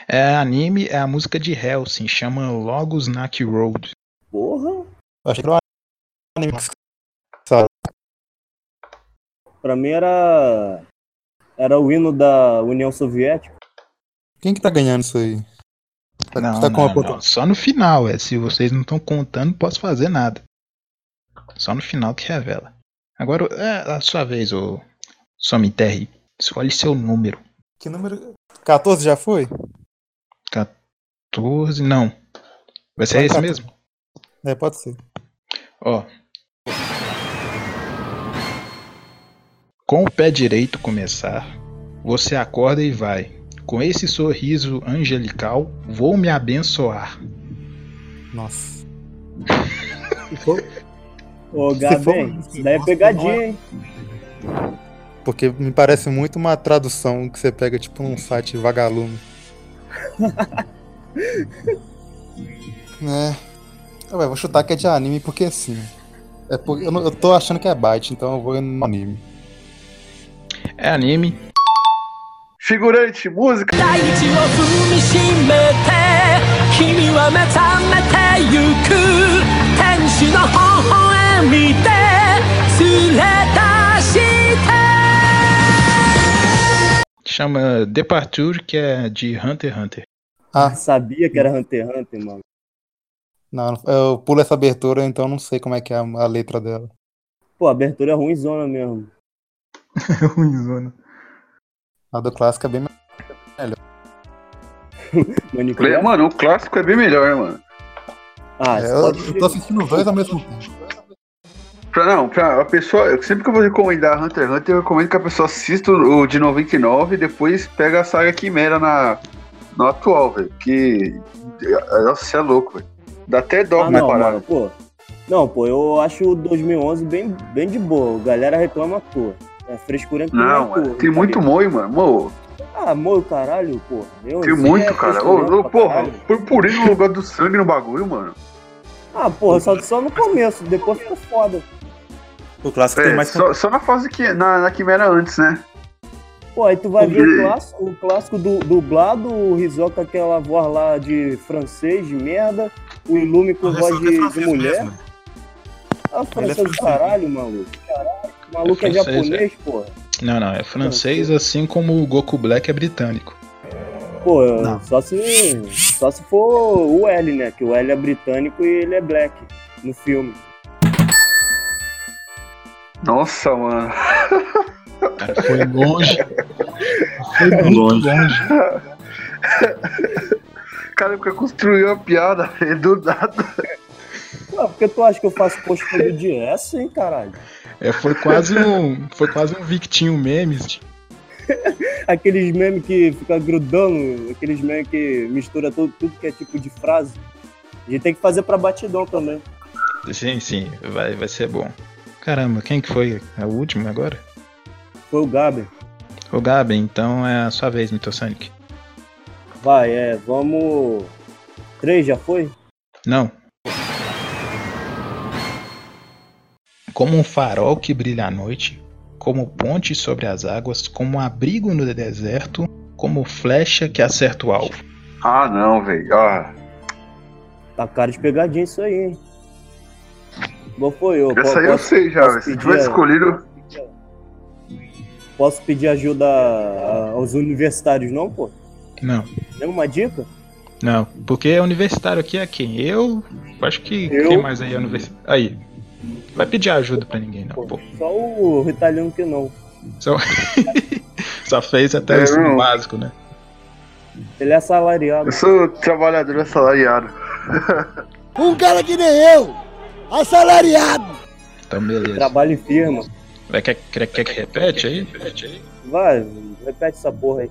Speaker 2: É anime, é a música de Hellsing, chama Logos Nack Road.
Speaker 3: Porra!
Speaker 5: Eu achei que era um anime. Sabe?
Speaker 3: Pra mim era. Era o hino da União Soviética.
Speaker 5: Quem que tá ganhando isso aí? Tá,
Speaker 2: Não,
Speaker 5: tá
Speaker 3: é,
Speaker 5: com
Speaker 2: não,
Speaker 5: uma pontua-
Speaker 2: não, Só no final, é. Se vocês não estão contando, não posso fazer nada. Só no final que revela. Agora, é a sua vez, ô Somiterri. Escolhe seu número.
Speaker 5: Que número? 14 já foi?
Speaker 2: 14. Não. Vai ser
Speaker 5: Vai,
Speaker 2: esse
Speaker 5: 14.
Speaker 2: mesmo?
Speaker 5: É, pode ser.
Speaker 2: Ó. Com o pé direito começar, você acorda e vai. Com esse sorriso angelical, vou me abençoar.
Speaker 5: Nossa.
Speaker 3: Ô,
Speaker 5: Se
Speaker 3: Gaben,
Speaker 5: for-
Speaker 3: isso daí é pegadinha, hein?
Speaker 5: Porque me parece muito uma tradução que você pega, tipo, num site vagalume. né? Ah, ué, vou chutar que é de anime, porque assim. É por- eu, não- eu tô achando que é byte, então eu vou no anime.
Speaker 2: É anime.
Speaker 4: Figurante, música.
Speaker 9: 大地を踏みしめて君は目覚めてゆく天使の微笑みですれ出して
Speaker 2: Chama Departure, que é de Hunter x Hunter.
Speaker 5: Ah.
Speaker 3: Sabia que era Hunter x Hunter, mano.
Speaker 5: Não, eu pulo essa abertura, então eu não sei como é que é a, a letra dela.
Speaker 3: Pô, a abertura é ruimzona mesmo.
Speaker 2: Ruimzona.
Speaker 5: A do clássico é bem melhor.
Speaker 4: Cle- Mano, o clássico é bem melhor, mano.
Speaker 3: Ah,
Speaker 5: É, eu, eu tô assistindo os dois ao mesmo tempo.
Speaker 4: Pra, não, pra a pessoa. eu- Sempre que eu vou recomendar Hunter x Hunter, eu recomendo que a pessoa assista o o de 99 e depois pega a saga Quimera na, no atual, velho. Que. Nossa, você é louco, velho. Dá até dó
Speaker 3: Ah,
Speaker 4: pra
Speaker 3: não,
Speaker 4: parar.
Speaker 3: mano, pô. Não, pô, eu acho o 2011 bem, bem de boa. A galera reclama à toa. É frescura à toa.
Speaker 4: Não, mano, tem muito moi, mano. Mo,
Speaker 3: Ah, amor, caralho, pô. Eu,
Speaker 4: tem
Speaker 3: isso
Speaker 4: muito,
Speaker 3: é
Speaker 4: cara.
Speaker 3: frescurento
Speaker 4: Ô, ô,
Speaker 3: pra
Speaker 4: porra,
Speaker 3: caralho.
Speaker 4: purpurina no lugar do sangue no bagulho, mano.
Speaker 3: Ah, porra, só, só no começo, depois fica foda.
Speaker 6: O clássico
Speaker 4: É,
Speaker 6: tem mais
Speaker 4: só, só na fase que. Na, na quimera antes, né?
Speaker 3: Pô, aí tu vai ver
Speaker 4: Porque-
Speaker 3: o clássico, o clássico du- dublado, o Rizó com aquela voz lá de francês, de merda, o Ilume com
Speaker 2: é
Speaker 3: voz de, de mulher.
Speaker 2: né?
Speaker 3: Ah, francês do caralho, maluco. Caralho, o maluco é,
Speaker 2: É né? francês,
Speaker 3: japonês, porra.
Speaker 2: Não, não, é francês, assim como o Goku Black é britânico.
Speaker 3: Pô,
Speaker 2: Não.
Speaker 3: só se, só se for o L, né? Que o L é britânico e ele é black no filme.
Speaker 4: Nossa, mano.
Speaker 2: Foi longe. Foi
Speaker 4: longe. Cara, porque construiu a piada, [LAUGHS] velho, do nada.
Speaker 3: Ué, porque tu acha que eu faço post todo dia? É assim, caralho.
Speaker 2: É, foi quase um. Foi quase um Victinho memes.
Speaker 3: Aqueles memes que fica grudando, aqueles memes que mistura tudo, tudo que é tipo de frase. A gente tem que fazer pra batidão também.
Speaker 2: Sim, sim, vai, vai ser bom. Caramba, quem que foi? A última agora?
Speaker 3: Foi o Gaber.
Speaker 2: O Gaben, então é a sua vez, Mitosonic.
Speaker 3: Vai, é, vamos. Três já foi?
Speaker 2: Não. Como um farol que brilha à noite, como ponte sobre as águas, como um abrigo no deserto, como flecha que acerta o alvo.
Speaker 4: Ah, não, velho. Ah,
Speaker 3: Tá cara de pegadinha isso aí, hein? Bom, foi eu.
Speaker 4: essa aí eu sei já, velho. Se tivesse escolhido.
Speaker 3: Posso pedir ajuda a- aos universitários, não, pô?
Speaker 2: Não,
Speaker 3: Tem uma dica?
Speaker 2: não. Porque universitário aqui é quem? Eu? Acho que
Speaker 3: Eu?
Speaker 2: quem mais aí é universitário? Aí. Vai pedir ajuda pra ninguém, não, pô.
Speaker 3: Só o italiano que não.
Speaker 2: Só, Só fez até o
Speaker 4: Eu
Speaker 2: ensino
Speaker 4: não.
Speaker 2: básico, né?
Speaker 3: Ele é assalariado.
Speaker 4: Eu sou trabalhador assalariado.
Speaker 14: Um cara que nem eu, assalariado.
Speaker 2: Então, beleza.
Speaker 3: Trabalho em firma.
Speaker 2: Vai, quer, quer, quer que repete aí? Repete aí.
Speaker 3: Vai, repete essa porra aí.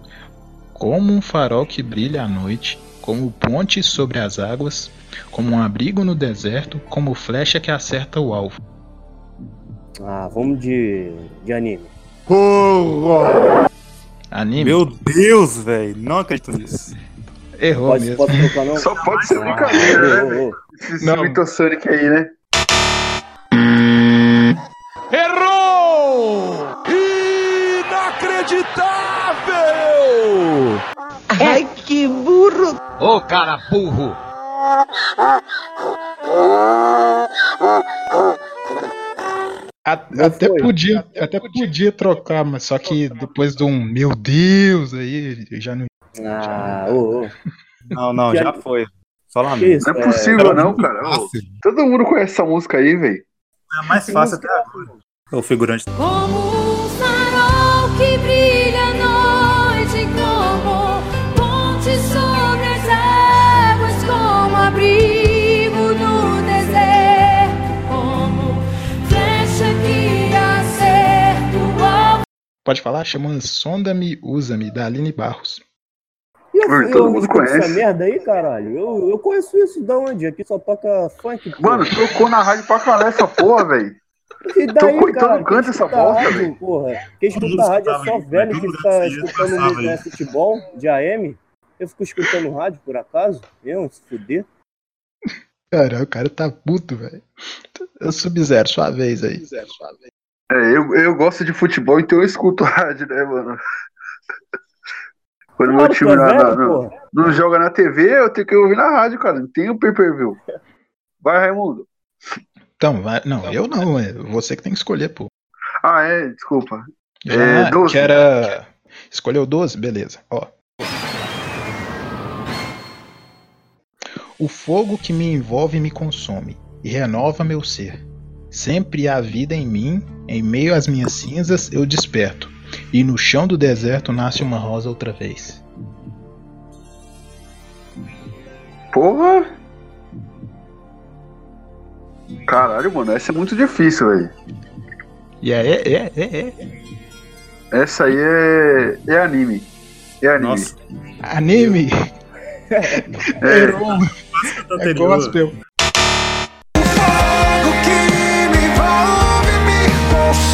Speaker 2: Como um farol que brilha à noite, como ponte sobre as águas, como um abrigo no deserto, como flecha que acerta o alvo.
Speaker 3: Ah, vamos de, de anime.
Speaker 5: Porra!
Speaker 2: Anime?
Speaker 5: Meu Deus, velho. Não acredito nisso.
Speaker 2: Errou
Speaker 3: Posso- mesmo. posso tocar,
Speaker 4: [LAUGHS]
Speaker 3: não? [LAUGHS]
Speaker 4: Só pode ser brincadeira, né, velho? Esse
Speaker 2: Não.
Speaker 4: Mitosonic aí, né?
Speaker 8: Errou! Inacreditável!
Speaker 9: É que burro!
Speaker 8: Ô, cara burro!
Speaker 2: até podia, até podia trocar, mas só que depois de um meu Deus aí, eu já não.
Speaker 3: Ah, ô, ô.
Speaker 5: Não, não,
Speaker 4: Que
Speaker 5: já
Speaker 4: aí-
Speaker 5: foi. Só lá
Speaker 4: Que isso, Não é é- possível, não, cara. Todo mundo conhece essa música aí, velho.
Speaker 6: É mais fácil até agora. O figurante.
Speaker 9: Como um farol que brilha à noite, como ponte sobre as águas, como abrigo no deserto, como flecha que acerta o alvo.
Speaker 2: Pode falar? Chama Sonda-me, Usa-me, da Aline Barros.
Speaker 3: E eu,
Speaker 2: Mano,
Speaker 3: eu
Speaker 2: todo mundo
Speaker 3: escuto
Speaker 2: conhece.
Speaker 3: essa merda aí, caralho. Eu, eu conheço isso da onde? Aqui só toca funk. pô.
Speaker 4: Mano, tocou na rádio pra caralho essa porra, velho.
Speaker 3: E
Speaker 4: Tô
Speaker 3: daí,
Speaker 4: coitando,
Speaker 3: cara,
Speaker 4: canta
Speaker 3: quem
Speaker 4: essa
Speaker 3: escuta
Speaker 4: bosta,
Speaker 3: rádio,
Speaker 4: velho.
Speaker 3: Porra, quem
Speaker 4: mundo
Speaker 3: escuta rádio é só
Speaker 4: escutava,
Speaker 3: velho que fica escutando
Speaker 6: escutava
Speaker 3: né,
Speaker 6: isso.
Speaker 3: futebol de AM. Eu fico escutando rádio, por acaso. Eu, se fuder.
Speaker 2: Cara, o cara tá puto, velho. Eu Sub-Zero, sua vez aí.
Speaker 4: É, eu, eu gosto de futebol, então eu escuto [LAUGHS] rádio, né, mano? Quando meu
Speaker 2: Claro,
Speaker 4: time
Speaker 2: tu é
Speaker 4: não,
Speaker 2: velho,
Speaker 4: não-
Speaker 2: porra.
Speaker 4: não joga na TV, eu tenho que ouvir na rádio, cara. Não tem o pay-per-view. Vai, Raimundo.
Speaker 2: Então, vai. Não, eu não, é você que tem que escolher, pô.
Speaker 4: Ah, é, desculpa.
Speaker 2: Já,
Speaker 4: é, 12.
Speaker 2: Que era. Escolheu 12? Beleza. Ó. O fogo que me envolve me consome e renova meu ser. Sempre há vida em mim, em meio às minhas cinzas eu desperto. E no chão do deserto nasce uma rosa outra vez.
Speaker 4: Porra! Caralho, mano, essa é muito difícil, velho.
Speaker 2: E aí, é, é, é, é.
Speaker 4: Essa aí é, é anime. É anime.
Speaker 2: Anime!
Speaker 4: É.
Speaker 2: É gospel.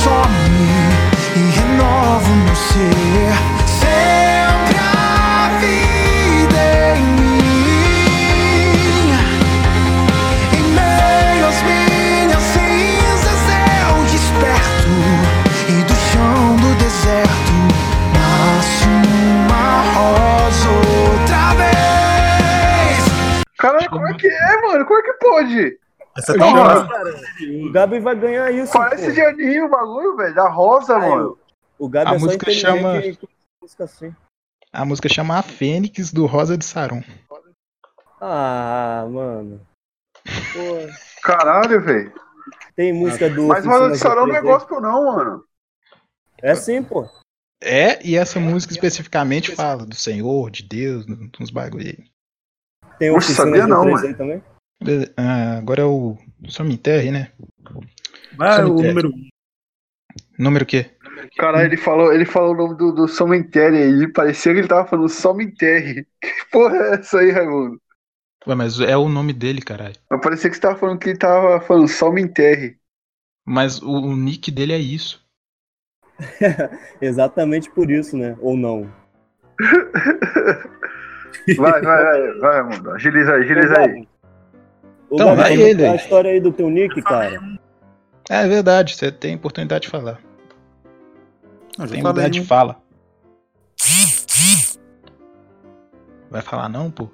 Speaker 9: Consome e renova meu ser. Sempre a vida em mim. Em meio às minhas cinzas eu desperto. E do chão do deserto nasce uma rosa outra vez.
Speaker 4: Caralho, como é que é, mano? Como é que pode?
Speaker 6: Essa
Speaker 3: tá
Speaker 4: Porra,
Speaker 3: fácil, O Gabi vai ganhar isso.
Speaker 4: Parece de anime o bagulho, velho. Da rosa, mano.
Speaker 3: O Gabi
Speaker 2: A
Speaker 3: é só
Speaker 2: música
Speaker 3: inteligente
Speaker 2: chama-
Speaker 3: em música assim.
Speaker 2: A música chama A Fênix do Rosa de Sarum.
Speaker 3: Ah, mano. Pô,
Speaker 4: Caralho, velho.
Speaker 3: tem música do.
Speaker 4: Mas Rosa de
Speaker 3: Oficina
Speaker 4: Sarão não é
Speaker 3: Surpresa aí.
Speaker 4: gospel, não, mano.
Speaker 3: É sim, pô.
Speaker 2: É, e essa música especificamente fala do Senhor, de Deus, uns bagulho aí.
Speaker 3: Tem
Speaker 2: Nossa,
Speaker 3: Oficina
Speaker 2: sabia não,
Speaker 3: Surpresa
Speaker 2: mano.
Speaker 3: aí também.
Speaker 2: Beleza, ah, agora é o. Só me enterre, né?
Speaker 4: Ah,
Speaker 2: Só me
Speaker 4: o
Speaker 2: enterre.
Speaker 4: número
Speaker 2: Número o quê?
Speaker 4: Caralho, ele falou, ele falou o nome do, do Som Enterre aí. Parecia que ele tava falando Som Enterre. [LAUGHS] Que porra é essa aí, Raimundo?
Speaker 2: Ué, mas é o nome dele, caralho.
Speaker 4: Mas parecia que você tava falando que ele tava falando Som Enterre.
Speaker 2: Mas o, o nick dele é isso.
Speaker 3: Exatamente por isso, né? Ou não.
Speaker 4: Vai, vai, vai, vai, Raimundo. Agiliza aí, agiliza aí.
Speaker 3: Ô,
Speaker 2: Então,
Speaker 3: Gabi,
Speaker 2: vai
Speaker 3: como é
Speaker 2: ele
Speaker 3: que é a
Speaker 2: aí.
Speaker 3: história aí do teu nick, cara.
Speaker 2: É verdade, você tem oportunidade de falar.
Speaker 6: Não, já
Speaker 2: tem
Speaker 6: falei,
Speaker 2: oportunidade
Speaker 6: né?
Speaker 2: de fala. Vai falar não, pô?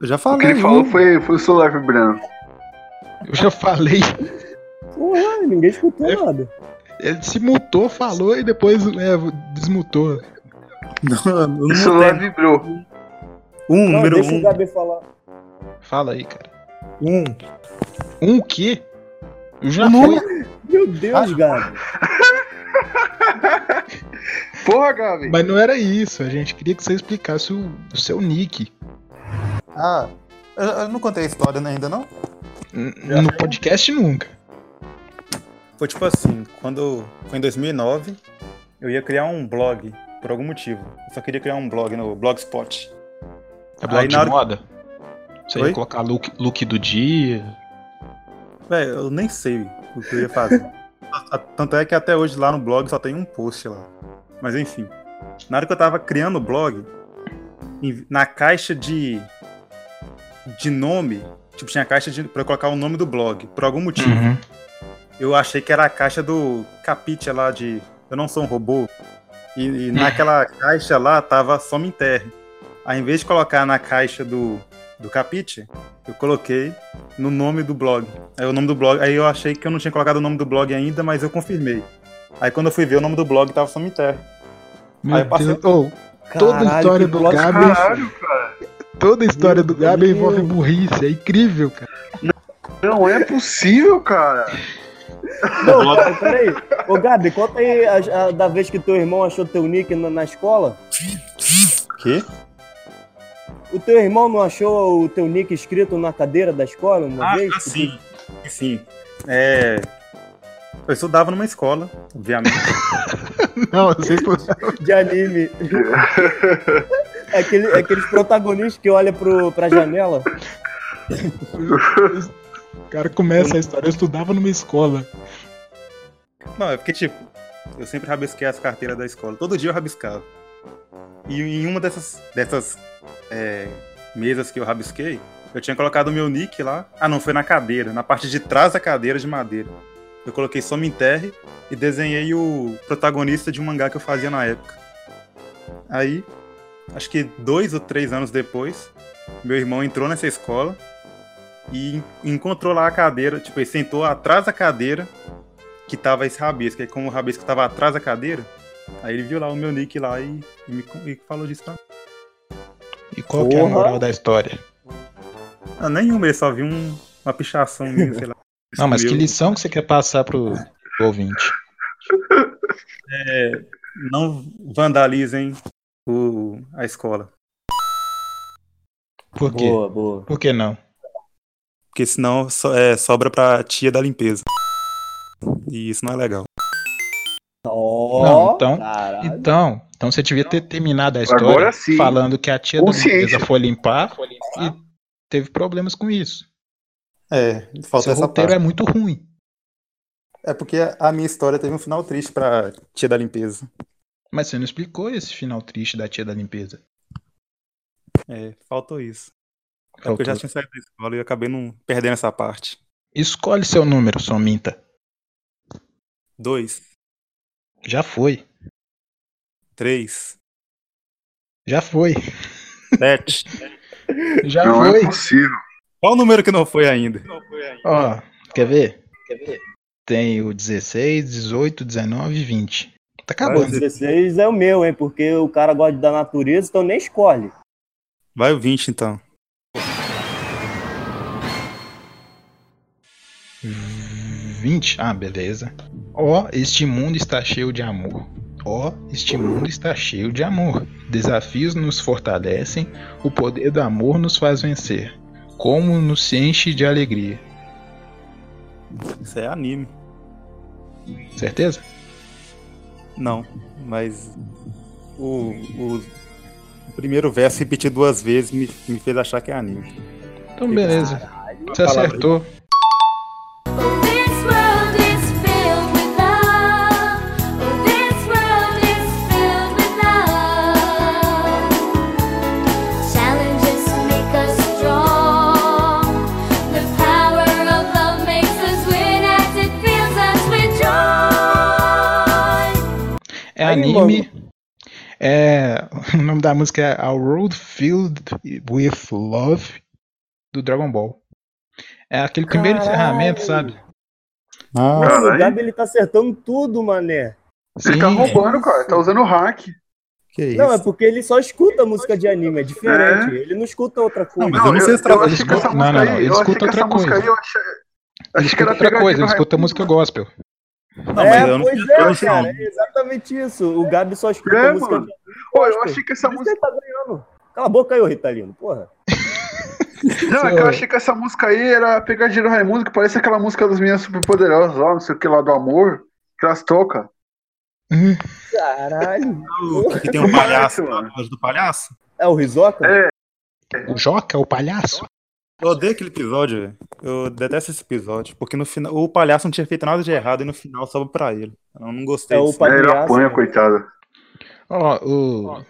Speaker 6: Eu já um.
Speaker 4: O que ele falou foi, foi o celular vibrando.
Speaker 2: Eu já falei.
Speaker 3: Porra, ninguém escutou
Speaker 2: É,
Speaker 3: nada.
Speaker 2: Ele se mutou, falou e depois é, desmutou.
Speaker 6: [LAUGHS] Não, não
Speaker 4: O celular vibrou.
Speaker 6: Um,
Speaker 3: Não,
Speaker 2: número
Speaker 3: deixa
Speaker 2: um.
Speaker 3: o Gabi falar.
Speaker 2: Fala aí, cara.
Speaker 5: Um.
Speaker 2: Um o quê? Eu
Speaker 6: Um
Speaker 2: já
Speaker 3: Não.
Speaker 2: falei.
Speaker 3: Meu
Speaker 2: Ah,
Speaker 3: Deus, Gabi.
Speaker 4: Porra, Gabi.
Speaker 2: Mas não era isso, a gente queria que você explicasse o, o seu nick.
Speaker 5: Ah, eu, eu não contei a história né, ainda, não?
Speaker 2: N- No podcast nunca.
Speaker 6: Foi tipo assim, quando foi em 2009, eu ia criar um blog, por algum motivo. Eu só queria criar um blog no Blogspot.
Speaker 2: É blog
Speaker 6: Aí
Speaker 2: de
Speaker 6: na hora-
Speaker 2: moda? Você ia
Speaker 6: Oi?
Speaker 2: colocar look, look do dia.
Speaker 6: Véi, eu nem sei o que eu ia fazer. [LAUGHS] A- a- Tanto é que até hoje lá no blog só tem um post lá. Mas enfim. Na hora que eu tava criando o blog, em- na caixa de. de nome, tipo, tinha a caixa de, pra eu colocar o nome do blog, por algum
Speaker 2: Uhum.
Speaker 6: motivo. Eu achei que era a caixa do Capitia lá de Eu Não Sou um Robô. E, e naquela caixa lá tava Só Me Enterre. Aí, em vez de colocar na caixa do, do Capitia, eu coloquei
Speaker 5: no nome do blog. Aí o nome do blog. Aí eu achei que eu não tinha colocado o nome do blog ainda, mas eu confirmei. Aí quando eu fui ver o nome do blog tava cemitério.
Speaker 2: Meu
Speaker 5: aí eu passei.
Speaker 2: Deus. Ô, toda a história do Gabi. Toda a história do Gabi envolve burrice. É incrível, cara.
Speaker 4: Não é possível, cara.
Speaker 3: Não, mas peraí. Ô, Gabi, conta aí a, a- da vez que teu irmão achou teu nick na, na escola.
Speaker 5: Quê?
Speaker 3: O teu irmão não achou o teu nick escrito na cadeira da escola
Speaker 6: Ah,
Speaker 3: uma vez?
Speaker 5: sim. Sim. É. Eu estudava numa escola, obviamente.
Speaker 2: Não, vocês
Speaker 3: [LAUGHS]
Speaker 2: [LAUGHS]
Speaker 3: De anime. É Aquele, aqueles protagonistas que olham pro, pra janela.
Speaker 2: O cara começa a história. Eu estudava numa escola.
Speaker 5: Não, é porque, tipo, eu sempre rabisquei as carteiras da escola. Todo dia eu rabiscava. E em uma dessas, dessas é, mesas que eu rabisquei, eu tinha colocado o meu nick lá. Ah, não, foi na cadeira, na parte de trás da cadeira de madeira. Eu coloquei só me enterre e desenhei o protagonista de um mangá que eu fazia na época. Aí, acho que dois ou três anos depois, meu irmão entrou nessa escola e en- encontrou lá a cadeira. Tipo, ele sentou atrás da cadeira que tava esse rabisco. Aí como o rabisco tava atrás da cadeira, aí ele viu lá o meu nick lá e, e me con- e falou disso pra mim.
Speaker 2: E qual que é a
Speaker 5: Porra.
Speaker 2: moral da história?
Speaker 5: Ah, nenhuma, ele só viu um- uma pichação minha,
Speaker 6: [LAUGHS]
Speaker 5: sei lá.
Speaker 2: Não, mas que
Speaker 5: Meu.
Speaker 2: lição que você quer passar pro ouvinte?
Speaker 5: É, não vandalizem o, a escola.
Speaker 2: Por quê? Boa,
Speaker 3: boa.
Speaker 2: Por que não?
Speaker 5: Porque senão so- é, sobra pra tia da limpeza. E isso não é legal.
Speaker 2: não, então, então, então você devia ter terminado a história
Speaker 5: Agora sim.
Speaker 2: falando que a tia da
Speaker 5: Consciente.
Speaker 2: limpeza foi limpar, e teve problemas com isso.
Speaker 6: É, falta
Speaker 2: Seu
Speaker 6: essa
Speaker 2: roteiro
Speaker 6: parte.
Speaker 2: é muito ruim.
Speaker 6: É porque a minha história teve um final triste pra tia da limpeza.
Speaker 2: Mas você não explicou esse final triste da tia da limpeza.
Speaker 5: É, faltou isso. É porque
Speaker 2: Faltou.
Speaker 5: eu já tinha saído da escola e eu acabei não perdendo essa parte.
Speaker 2: Escolhe seu número, Sominta.
Speaker 5: Dois,
Speaker 2: Já foi.
Speaker 5: três,
Speaker 2: Já foi.
Speaker 5: sete. [LAUGHS]
Speaker 2: Já Não é foi.
Speaker 4: possível.
Speaker 5: Qual o número que não foi ainda?
Speaker 2: Ó, quer ver?
Speaker 5: Quer ver?
Speaker 2: Tem o 16, 18, 19 e 20. Tá acabando.
Speaker 3: Mas 16 é o meu, hein? Porque o cara gosta da natureza, então nem escolhe.
Speaker 5: Vai o 20, então.
Speaker 2: 20? Ah, beleza. Ó, este mundo está cheio de amor. Ó, este mundo está cheio de amor. Desafios nos fortalecem, o poder do amor nos faz vencer. Como nos enche de alegria.
Speaker 5: Isso é anime.
Speaker 2: Certeza?
Speaker 5: Não, mas o, o primeiro verso repetido duas vezes me, me fez achar que é anime.
Speaker 2: Então, beleza. Você
Speaker 5: Palavra.
Speaker 2: acertou.
Speaker 9: Oh, This world is filled with love. Oh, This world is filled with love. Challenges make us strong. The power of love makes us win as it fills us with joy.
Speaker 2: É anime. É, [LAUGHS] o nome da música é A Road Filled with Love do Dragon Ball. É aquele primeiro
Speaker 3: Caralho.
Speaker 2: encerramento, sabe? Ah.
Speaker 3: Mano, o Gabi ele tá acertando tudo, mané.
Speaker 2: Ele tá Sim. roubando,
Speaker 4: cara. Tá usando hack.
Speaker 3: não, é porque ele só escuta música de anime, é diferente. Ele não escuta outra coisa.
Speaker 2: mas eu não sei se trabalha- Ele escuta- não, não, não, ele escuta outra coisa.
Speaker 4: aí eu achei.
Speaker 2: Ele
Speaker 4: que era
Speaker 2: escuta outra
Speaker 4: pegadinha
Speaker 2: coisa, ele
Speaker 4: do
Speaker 2: escuta música gospel.
Speaker 3: é, pois é, cara, é exatamente isso. O Gabi só escuta
Speaker 4: É,
Speaker 3: música
Speaker 4: mano.
Speaker 3: de anime.
Speaker 4: Pô, eu achei que essa
Speaker 3: música. Tá ganhando. Cala a boca aí, ô Ritalino, porra.
Speaker 4: Não, é que eu achei que essa música aí era pegadinha do Raimundo, que parece aquela música das meninas superpoderosas lá, não sei o que lá do amor, que elas tocam.
Speaker 3: Caralho.
Speaker 5: Que tem
Speaker 3: [LAUGHS]
Speaker 5: um palhaço lá, a voz do palhaço.
Speaker 3: É o Risoca?
Speaker 4: É.
Speaker 2: O Joca, o palhaço?
Speaker 5: Eu odeio aquele episódio, velho. Eu detesto esse episódio, porque no final o palhaço não tinha feito nada de errado e no final sobra pra ele. Eu não gostei
Speaker 3: É, o
Speaker 5: disso.
Speaker 3: palhaço, Ele apanha, né?
Speaker 4: coitado.
Speaker 2: Ó, o.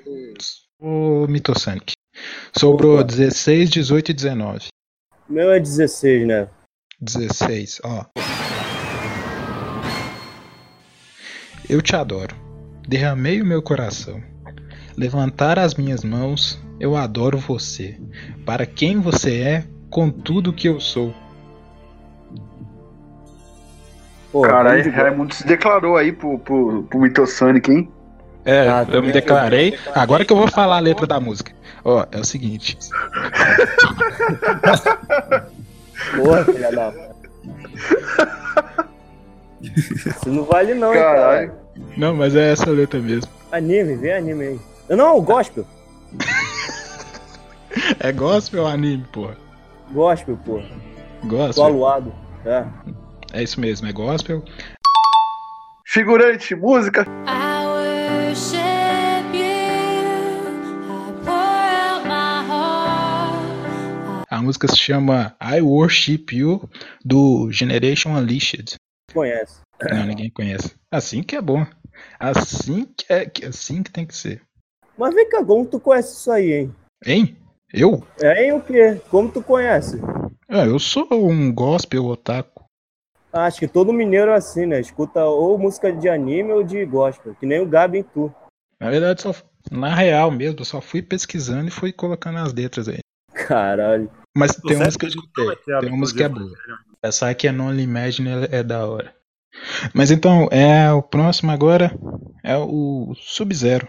Speaker 2: O Mitosanic. Sobrou 16, 18 e 19.
Speaker 3: O meu é 16, né?
Speaker 2: 16, ó. Eu te adoro. Derramei o meu coração. Levantar as minhas mãos, eu adoro você. Para quem você é, com tudo que eu sou.
Speaker 4: Caralho,
Speaker 2: muito bom.
Speaker 4: Raimundo se declarou aí pro, pro, pro Mitosonic, hein?
Speaker 2: É, eu me declarei. Agora que eu vou falar a letra da música. Ó, é o seguinte.
Speaker 3: Porra, filha da. Isso não vale não, hein,
Speaker 4: Caralho.
Speaker 3: cara.
Speaker 2: Não, mas é essa letra mesmo.
Speaker 3: Anime, vê anime aí. Eu não, gospel.
Speaker 2: É gospel ou anime, porra?
Speaker 3: Gospel, porra. Tô
Speaker 2: Gospel?
Speaker 3: aluado. É.
Speaker 2: É isso mesmo, é gospel.
Speaker 4: Figurante, música.
Speaker 2: A música se chama I Worship You, do Generation Unleashed.
Speaker 3: Conhece.
Speaker 2: Não, ninguém conhece. Assim que é bom. Assim que, é, que- assim que tem que ser.
Speaker 3: Mas vem cá, como tu conhece isso aí, hein?
Speaker 2: Hein? Eu?
Speaker 3: É, hein, o quê? Como tu conhece?
Speaker 2: Ah, eu sou um gospel otaku.
Speaker 3: Acho que todo mineiro é assim, né? Escuta ou música de anime ou de gospel. Que nem o Gabi em tu.
Speaker 2: Na verdade, só, na real mesmo, eu só fui pesquisando e fui colocando as letras aí.
Speaker 3: Caralho.
Speaker 2: Mas tem
Speaker 3: certo
Speaker 2: umas que eu escutei. Tem umas que é boa. Essa aqui é Non Imagine é da hora. Mas então, é o próximo agora é o Sub-Zero.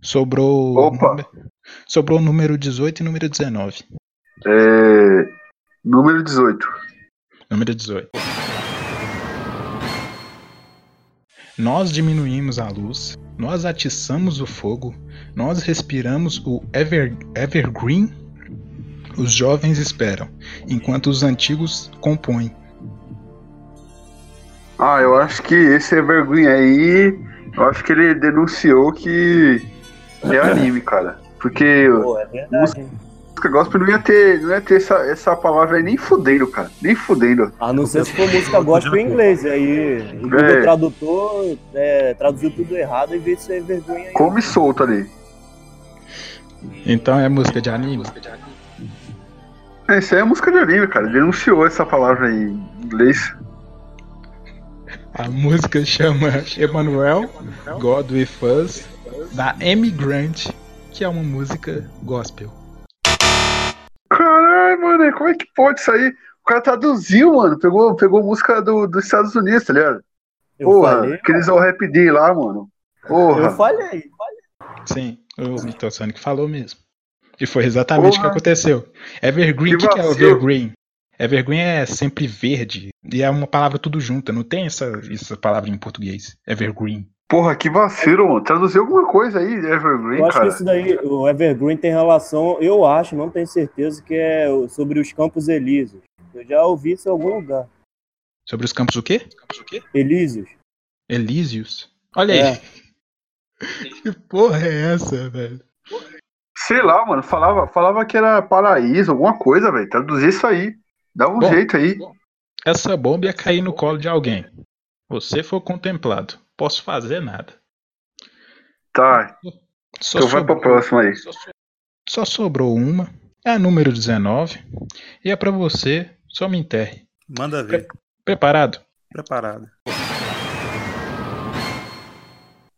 Speaker 2: Sobrou. o número- Sobrou o número 18 e o número 19.
Speaker 4: É. Número 18.
Speaker 2: Número 18. Nós diminuímos a luz, nós atiçamos o fogo, nós respiramos o ever, evergreen. Os jovens esperam, enquanto os antigos compõem.
Speaker 4: Ah, eu acho que esse é vergonha aí. Eu acho que ele denunciou que é anime, cara. Porque
Speaker 3: Pô, é
Speaker 4: né?
Speaker 3: verdade, hein?
Speaker 4: música gospel não ia ter, não ia ter essa, essa palavra aí nem fudendo, cara. Nem fudendo.
Speaker 3: A não ser se for música gospel em inglês. Aí o Google
Speaker 4: É.
Speaker 3: Tradutor é, traduziu tudo errado e veio ser vergonha aí.
Speaker 4: Come solto ali.
Speaker 2: Então é música de anime?
Speaker 4: É, Isso aí é música de anime, cara. Denunciou essa palavra aí em inglês.
Speaker 2: A música chama Emanuel God with Us, da Amy Grant, que é uma música gospel.
Speaker 4: Caralho, mano, como é que pode isso aí? O cara traduziu, mano. Pegou, pegou música do, dos Estados Unidos, tá ligado?
Speaker 3: Eu
Speaker 4: Porra,
Speaker 3: falei,
Speaker 4: aqueles ao rap D lá, mano. Porra.
Speaker 3: Eu falei.
Speaker 2: Sim, o Victor Sonic falou mesmo. E foi exatamente o que
Speaker 4: Porra.
Speaker 2: aconteceu. Evergreen, o que, que é
Speaker 4: vacilo.
Speaker 2: Evergreen? Evergreen é sempre verde. E é uma palavra tudo junta, não tem essa, essa palavra em português. Evergreen.
Speaker 4: Porra, que vacilo, mano. Traduziu alguma coisa aí, Evergreen,
Speaker 3: Eu acho
Speaker 4: cara.
Speaker 3: que isso daí, o Evergreen tem relação, eu acho, não tenho certeza, que é o- sobre os Campos Elíseos. Eu já ouvi isso em algum lugar.
Speaker 2: Sobre os campos o quê?
Speaker 3: Elíseos.
Speaker 2: Elísios. Olha
Speaker 4: É.
Speaker 2: aí. Que porra é essa, velho?
Speaker 4: Sei lá, mano. Falava, falava que era paraíso, alguma coisa, velho. Traduzir isso aí. Dá um
Speaker 2: Bom.
Speaker 4: jeito aí.
Speaker 2: Essa bomba ia cair no colo de alguém. Você foi contemplado. Posso fazer nada.
Speaker 4: Tá.
Speaker 2: Só
Speaker 4: então vai pra
Speaker 2: sobrou-
Speaker 4: próxima aí.
Speaker 2: Só sobrou uma. É a número 19. E é pra você. Só me enterre.
Speaker 6: Manda ver.
Speaker 2: Preparado?
Speaker 6: Preparado.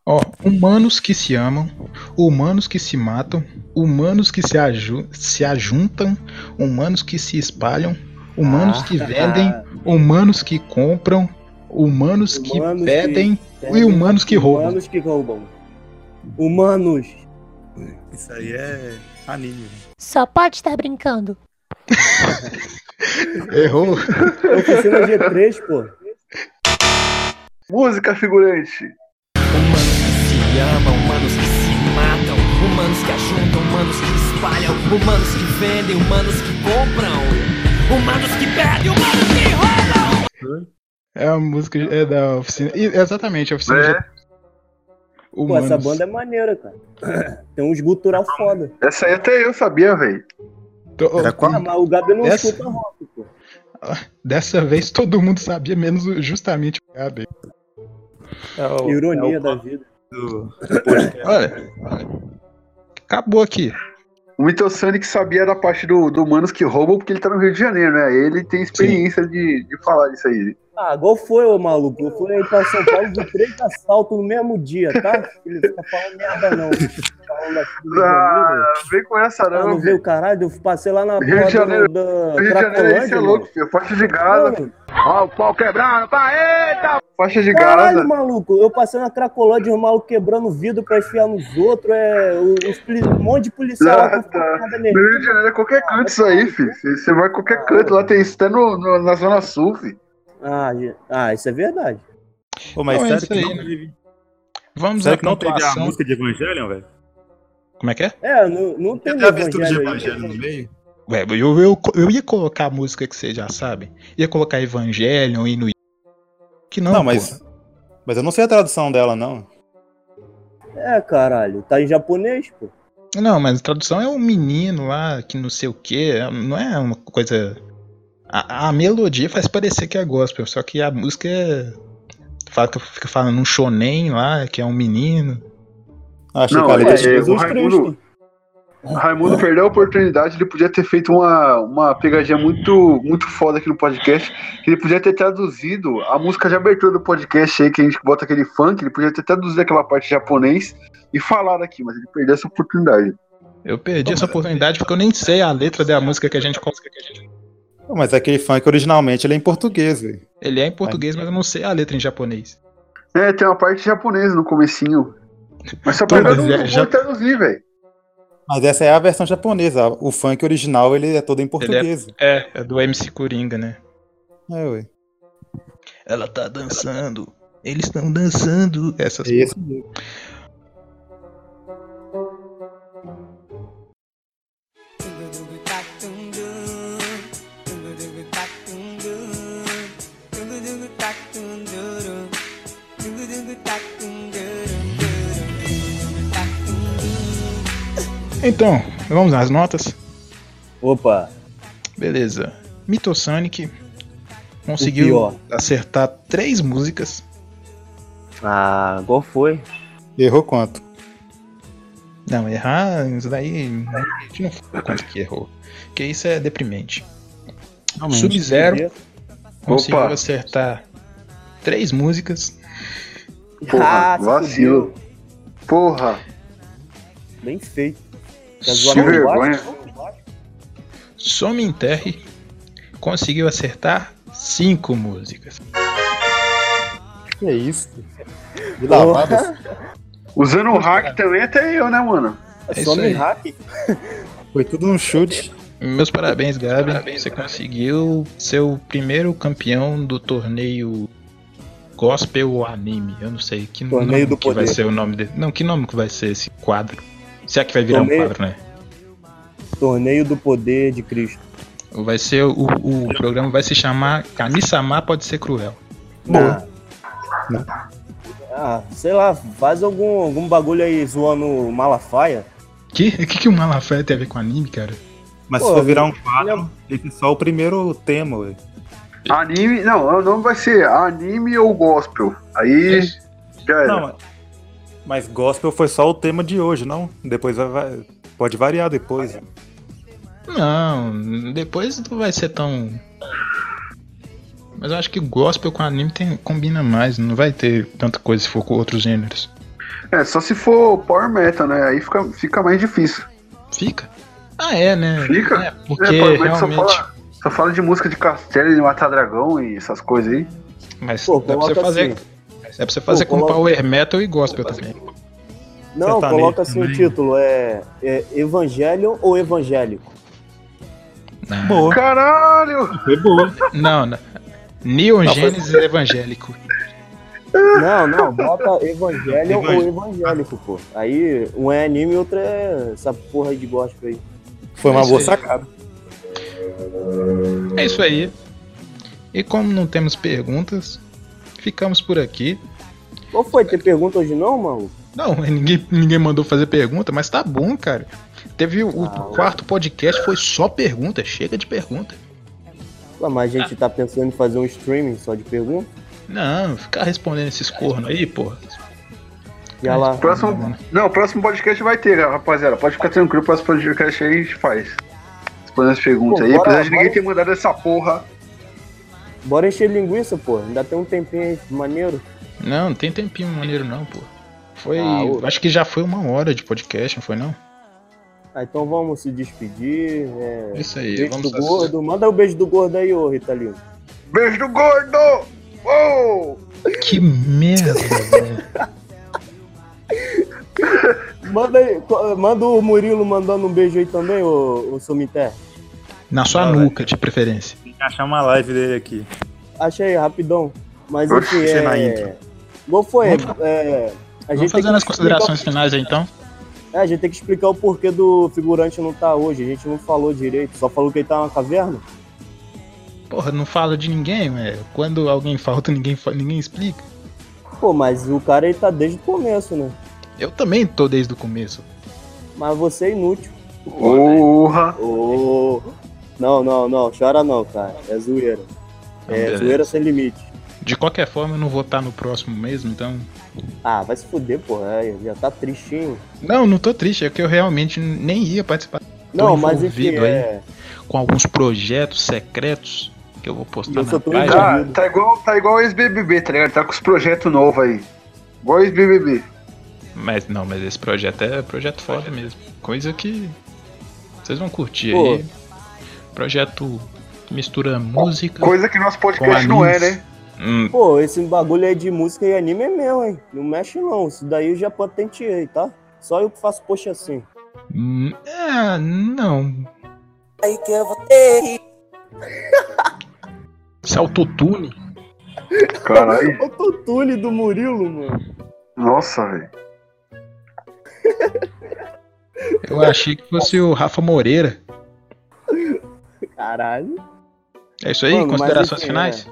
Speaker 2: Ó, humanos que se amam, humanos que se matam, humanos que se, aju se ajuntam, humanos que se espalham, humanos
Speaker 3: Ah.
Speaker 2: que vendem, humanos que compram, humanos,
Speaker 3: Humanos
Speaker 2: que
Speaker 3: que
Speaker 2: pedem e
Speaker 3: pedem,
Speaker 2: humanos que roubam.
Speaker 3: Humanos que roubam. Humanos.
Speaker 6: Isso aí é anime. velho.
Speaker 15: Só pode estar brincando.
Speaker 2: Errou.
Speaker 3: Oficina G3, pô.
Speaker 4: Música figurante.
Speaker 1: se amam, humanos que se matam, humanos que ajuntam, humanos que espalham, humanos que vendem, humanos que compram, humanos que pedem, humanos que roubam.
Speaker 2: É a música é da oficina. E, exatamente, a oficina.
Speaker 4: É.
Speaker 2: já-
Speaker 3: Pô,
Speaker 2: Humanos.
Speaker 3: essa banda é maneira, cara. [CLEARS THROAT] Tem uns gutural foda.
Speaker 4: Essa aí até eu sabia, velho.
Speaker 2: Tô-
Speaker 3: Ah, mas o Gabi não
Speaker 2: Essa?
Speaker 3: escuta rock, pô.
Speaker 2: Dessa vez todo mundo sabia, menos o- justamente o Gabi.
Speaker 6: É
Speaker 2: é
Speaker 3: Ironia da vida.
Speaker 2: Olha, acabou aqui.
Speaker 4: O Mitosonic sabia da parte do, do Manos que roubam, porque ele tá no Rio de Janeiro, né? Ele tem experiência de, de falar disso aí.
Speaker 3: Ah, igual foi, ô maluco. Eu fui aí pra São Paulo de três assaltos no mesmo dia, tá? Ele fica falando merda, não. Tá Falando aqui do Rio de Janeiro.
Speaker 4: Ah, vem com essa,
Speaker 3: Ah,
Speaker 4: não.
Speaker 3: não
Speaker 4: filho.
Speaker 3: veio, caralho, eu passei lá na
Speaker 4: Rio de
Speaker 3: porta
Speaker 4: Janeiro.
Speaker 3: do- da
Speaker 4: Rio de Janeiro aí,
Speaker 3: Cracolândia,
Speaker 4: você é
Speaker 3: mano.
Speaker 4: louco, filho. Forte de Gaza. Ó o pau quebrando, pá, eita! Faixa de
Speaker 3: Caralho,
Speaker 4: Gaza.
Speaker 3: maluco, eu passei na Cracolândia, os malucos quebrando vidro pra enfiar nos outros, é, os, poli- um monte de policial lá
Speaker 4: Ah,
Speaker 3: com
Speaker 4: tá.
Speaker 3: facada
Speaker 4: No Rio de
Speaker 3: nele.
Speaker 4: Janeiro é qualquer canto isso aí, filho. Você você vai a qualquer canto, lá tem isso até no, no- na Zona Sul, filho.
Speaker 3: Ah, ge- ah, isso é verdade.
Speaker 6: Pô, mas
Speaker 3: Não, é
Speaker 6: sério
Speaker 3: isso
Speaker 6: que
Speaker 3: aí,
Speaker 6: não
Speaker 3: né?
Speaker 6: teve...
Speaker 2: Vamos
Speaker 6: sério
Speaker 2: à
Speaker 6: que não teve a
Speaker 2: pontuação.
Speaker 6: música de Evangelion, velho?
Speaker 2: Como é que é?
Speaker 3: É, não, não tem
Speaker 6: Já fez tudo de
Speaker 3: evangelho aí.
Speaker 6: Evangelho no meio?
Speaker 2: Ué, eu, eu, eu ia colocar a música que vocês já sabem. Ia colocar Evangelion e no. Que não,
Speaker 6: Não, mas... Mas eu não sei a tradução dela, não.
Speaker 3: É, caralho, tá em japonês, pô.
Speaker 2: Não, mas a tradução é um menino lá que não sei o que. Não é uma coisa. A, a melodia faz parecer que é gospel, só que a música é. Fala, que fica falando um shonen lá, que é um menino.
Speaker 6: Ah,
Speaker 4: não, é, o Raimundo, o Raimundo perdeu a oportunidade, ele podia ter feito uma, uma pegadinha muito, muito foda aqui no podcast. que Ele podia ter traduzido a música de abertura do podcast aí, que a gente bota aquele funk, ele podia ter traduzido aquela parte em japonês e falado aqui, mas ele perdeu essa oportunidade.
Speaker 2: Eu
Speaker 6: Então,
Speaker 2: perdi essa oportunidade porque eu nem sei a letra da música que a gente coloca.
Speaker 6: Pô, Mas é aquele funk originalmente ele é em português, velho.
Speaker 2: Ele é em português, mas eu não sei a letra em japonês.
Speaker 4: É, tem uma parte japonesa no comecinho. Mas só perdeu
Speaker 6: mas
Speaker 4: não
Speaker 6: é,
Speaker 4: não
Speaker 6: já-
Speaker 4: traduzir, velho.
Speaker 6: Mas essa é a versão japonesa. O funk original ele é todo em português.
Speaker 2: Ele é, é, é do MC Coringa, né?
Speaker 6: É, ué.
Speaker 2: Ela tá dançando. Eles estão dançando. Essas
Speaker 6: Isso.
Speaker 2: Então, vamos às notas.
Speaker 3: Opa.
Speaker 2: Beleza. Mitosonic conseguiu
Speaker 3: pior.
Speaker 2: acertar três músicas.
Speaker 3: Ah, qual foi?
Speaker 6: Errou quanto?
Speaker 2: Não, errar, isso daí. A gente não fala quanto que errou. Porque isso é deprimente.
Speaker 6: Realmente.
Speaker 2: Sub-Zero conseguiu
Speaker 4: Opa.
Speaker 2: acertar três músicas.
Speaker 4: Porra,
Speaker 3: Ah, se
Speaker 4: vacilo. Porra.
Speaker 3: Bem feito.
Speaker 2: Tá
Speaker 3: Quer zoar
Speaker 4: Que
Speaker 3: meu
Speaker 4: vergonha.
Speaker 2: Some Enterre conseguiu acertar cinco músicas.
Speaker 6: Que é isso? De
Speaker 4: lavadas? Usando o hack também até eu, né, mano?
Speaker 2: É isso aí.
Speaker 6: Foi tudo um chute.
Speaker 2: Meus parabéns, Gabi. Você conseguiu ser o primeiro campeão do torneio Gospel Anime. Eu não sei que
Speaker 3: Torneio
Speaker 2: nome
Speaker 3: do
Speaker 2: que vai
Speaker 3: Poder.
Speaker 2: ser o nome dele. Não, que nome que vai ser esse quadro? Se é que vai virar
Speaker 3: Torneio-
Speaker 2: um quadro, né?
Speaker 3: Torneio do Poder de Cristo.
Speaker 2: Vai ser o, o programa vai se chamar Kami-sama pode ser cruel.
Speaker 3: Boa. Ah, sei lá, faz algum, algum bagulho aí zoando o Malafaia.
Speaker 2: Que [LAUGHS] o que, que o Malafaia tem a ver com anime, cara?
Speaker 6: Mas
Speaker 3: Pô,
Speaker 6: se for virar um
Speaker 3: velho,
Speaker 6: quadro, esse é só o primeiro tema, ué.
Speaker 4: Anime, não, o nome vai ser anime ou gospel. Aí já era.
Speaker 6: Não, mas- mas gospel foi só o tema de hoje, não? Depois vai, vai- pode variar depois.
Speaker 2: Não, depois não vai ser tão. Mas eu acho que gospel com anime tem- combina mais, não vai ter tanta coisa se for com outros gêneros.
Speaker 4: É, só se for power metal, né? Aí fica, fica mais difícil.
Speaker 2: Fica? Ah, é, né?
Speaker 4: Fica?
Speaker 2: É, porque
Speaker 4: É, power metal só
Speaker 2: realmente.
Speaker 4: fala, só fala de música de castelo e de matar dragão e essas coisas aí.
Speaker 2: Mas
Speaker 3: Pô,
Speaker 2: dá pra você
Speaker 3: coloca
Speaker 2: fazer.
Speaker 3: assim.
Speaker 2: Dá pra você fazer
Speaker 3: Pô,
Speaker 2: com
Speaker 3: coloca-
Speaker 2: power metal e gospel também.
Speaker 3: Não,
Speaker 2: Sertanejo
Speaker 3: coloca assim o
Speaker 2: também.
Speaker 3: título, é, é Evangelho ou Evangélico?
Speaker 6: Boa.
Speaker 4: Caralho!
Speaker 6: Foi boa.
Speaker 2: Não, não. Neon Gênesis evangélico.
Speaker 3: Não, não, bota Evangelho ou Evangélico, pô. Aí um é anime e outro é essa porra de gospel aí.
Speaker 6: Foi uma
Speaker 2: Isso
Speaker 6: boa
Speaker 2: aí.
Speaker 6: sacada.
Speaker 2: É isso aí. E como não temos perguntas, ficamos por aqui.
Speaker 3: Qual foi? Tem pergunta hoje não, maluco?
Speaker 2: Não, [LAUGHS] ninguém, ninguém mandou fazer pergunta, mas tá bom, cara. Teve o,
Speaker 3: Ah,
Speaker 2: o quarto podcast, foi só pergunta, chega de pergunta.
Speaker 3: Ué, mas a gente tá pensando em fazer um streaming só de pergunta?
Speaker 2: Não, ficar respondendo esses cornos aí, porra.
Speaker 3: Já lá.
Speaker 4: Próximo,
Speaker 2: né?
Speaker 4: não, próximo podcast vai ter, rapaziada. Pode ficar tranquilo, próximo podcast aí a gente faz. Respondendo as perguntas
Speaker 3: Pô,
Speaker 4: aí.
Speaker 3: bora,
Speaker 4: Apesar de ninguém
Speaker 3: bora.
Speaker 4: ter mandado essa porra.
Speaker 3: Bora encher linguiça, pô. Ainda tem um tempinho aí, maneiro.
Speaker 2: Não, não tem tempinho maneiro não, pô. Foi,
Speaker 3: Ah, o-
Speaker 2: acho que já foi uma hora de podcast, não foi não?
Speaker 3: Ah, então vamos se despedir. É...
Speaker 2: Isso aí,
Speaker 3: beijo
Speaker 2: vamos
Speaker 3: do
Speaker 2: ass-
Speaker 3: gordo. Manda o beijo do gordo aí, ô Ritalino.
Speaker 4: Beijo do gordo! Uou!
Speaker 2: Que merda, velho.
Speaker 3: Manda, aí, co- eh, manda o Murilo mandando um beijo aí também, ô, ô Sumiter.
Speaker 2: Na sua nuca, de preferência.
Speaker 6: Tem que achar uma live dele aqui.
Speaker 3: Achei, rapidão. Mas
Speaker 6: Oxe,
Speaker 3: enfim,
Speaker 6: cena
Speaker 3: é...
Speaker 6: ímpar.
Speaker 3: Qual foi?
Speaker 2: Vamos
Speaker 3: É, a
Speaker 2: Vamos
Speaker 3: gente tem que
Speaker 2: fazendo as
Speaker 3: explicar-
Speaker 2: considerações finais aí, então.
Speaker 3: É, a gente tem que explicar o porquê do figurante não tá hoje. A gente não falou direito, só falou que ele tá na caverna.
Speaker 2: Porra, não fala de ninguém, velho. Quando alguém falta, ninguém, fa- ninguém explica.
Speaker 3: Pô, mas o cara ele tá desde o começo, né?
Speaker 2: Eu também tô desde o começo.
Speaker 3: Mas você é inútil.
Speaker 4: Porra!
Speaker 3: Ô. Não, não, não, chora não, cara. É zoeira. É
Speaker 2: Beleza.
Speaker 3: zoeira sem limite.
Speaker 2: De qualquer forma, eu não vou estar no próximo mesmo, então.
Speaker 3: Ah, vai se fuder, porra. é, Já tá tristinho.
Speaker 2: Não, não tô triste, é que eu realmente nem ia participar. Tô
Speaker 3: Não, mas
Speaker 2: envolvido
Speaker 3: enfim, é-
Speaker 2: com alguns projetos secretos que eu vou postar na
Speaker 3: É
Speaker 4: tá,
Speaker 2: página.
Speaker 4: tá igual, tá igual o ex-BBB, tá ligado? Tá com os projetos novos aí. Igual o ex-BBB.
Speaker 2: Mas não, mas esse projeto é projeto foda mesmo. Coisa que vocês vão curtir
Speaker 4: Pô.
Speaker 2: aí. Projeto que mistura música.
Speaker 4: Coisa que nosso podcast
Speaker 2: com
Speaker 4: não é,
Speaker 2: animes.
Speaker 4: né?
Speaker 2: Hum,
Speaker 3: Pô, esse bagulho aí de música e anime é meu, hein? Não mexe não. Isso daí eu já patenteei, tá? Só eu que faço post assim.
Speaker 2: hum, é, não.
Speaker 12: Aí que eu vou ter.
Speaker 2: [LAUGHS] Isso é autotune.
Speaker 4: Caralho.
Speaker 3: O tutule do Murilo, mano.
Speaker 4: Nossa, velho.
Speaker 2: Eu achei que fosse o Rafa Moreira.
Speaker 3: Caralho.
Speaker 2: É isso aí?
Speaker 3: Mano, mas
Speaker 4: assim,
Speaker 2: considerações
Speaker 3: enfim,
Speaker 2: finais?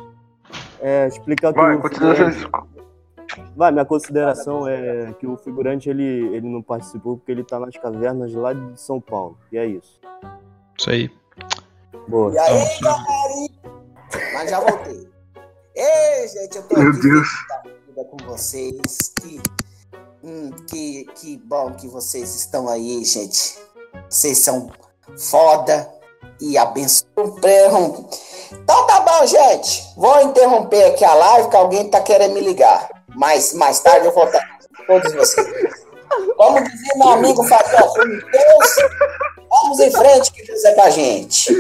Speaker 3: É, é, explicar que
Speaker 4: Vai,
Speaker 3: o
Speaker 4: considerações.
Speaker 3: Vai, minha consideração é que o figurante ele, ele não participou porque ele tá nas cavernas lá de São Paulo. E é isso.
Speaker 2: Isso aí.
Speaker 3: Boa.
Speaker 12: E aí, galerinha? Mas já voltei. Ei, gente, eu tô
Speaker 4: Meu
Speaker 12: aqui
Speaker 4: Deus.
Speaker 12: vida com vocês. Que, hum, que, que bom que vocês estão aí, gente. Vocês são foda e abençoam. Então tá bom, gente. Vou interromper aqui a live que alguém tá querendo me ligar. Mas mais tarde eu vou estar com todos vocês. Como dizia meu amigo Fabião, com Deus, vamos em frente que Deus é com a gente.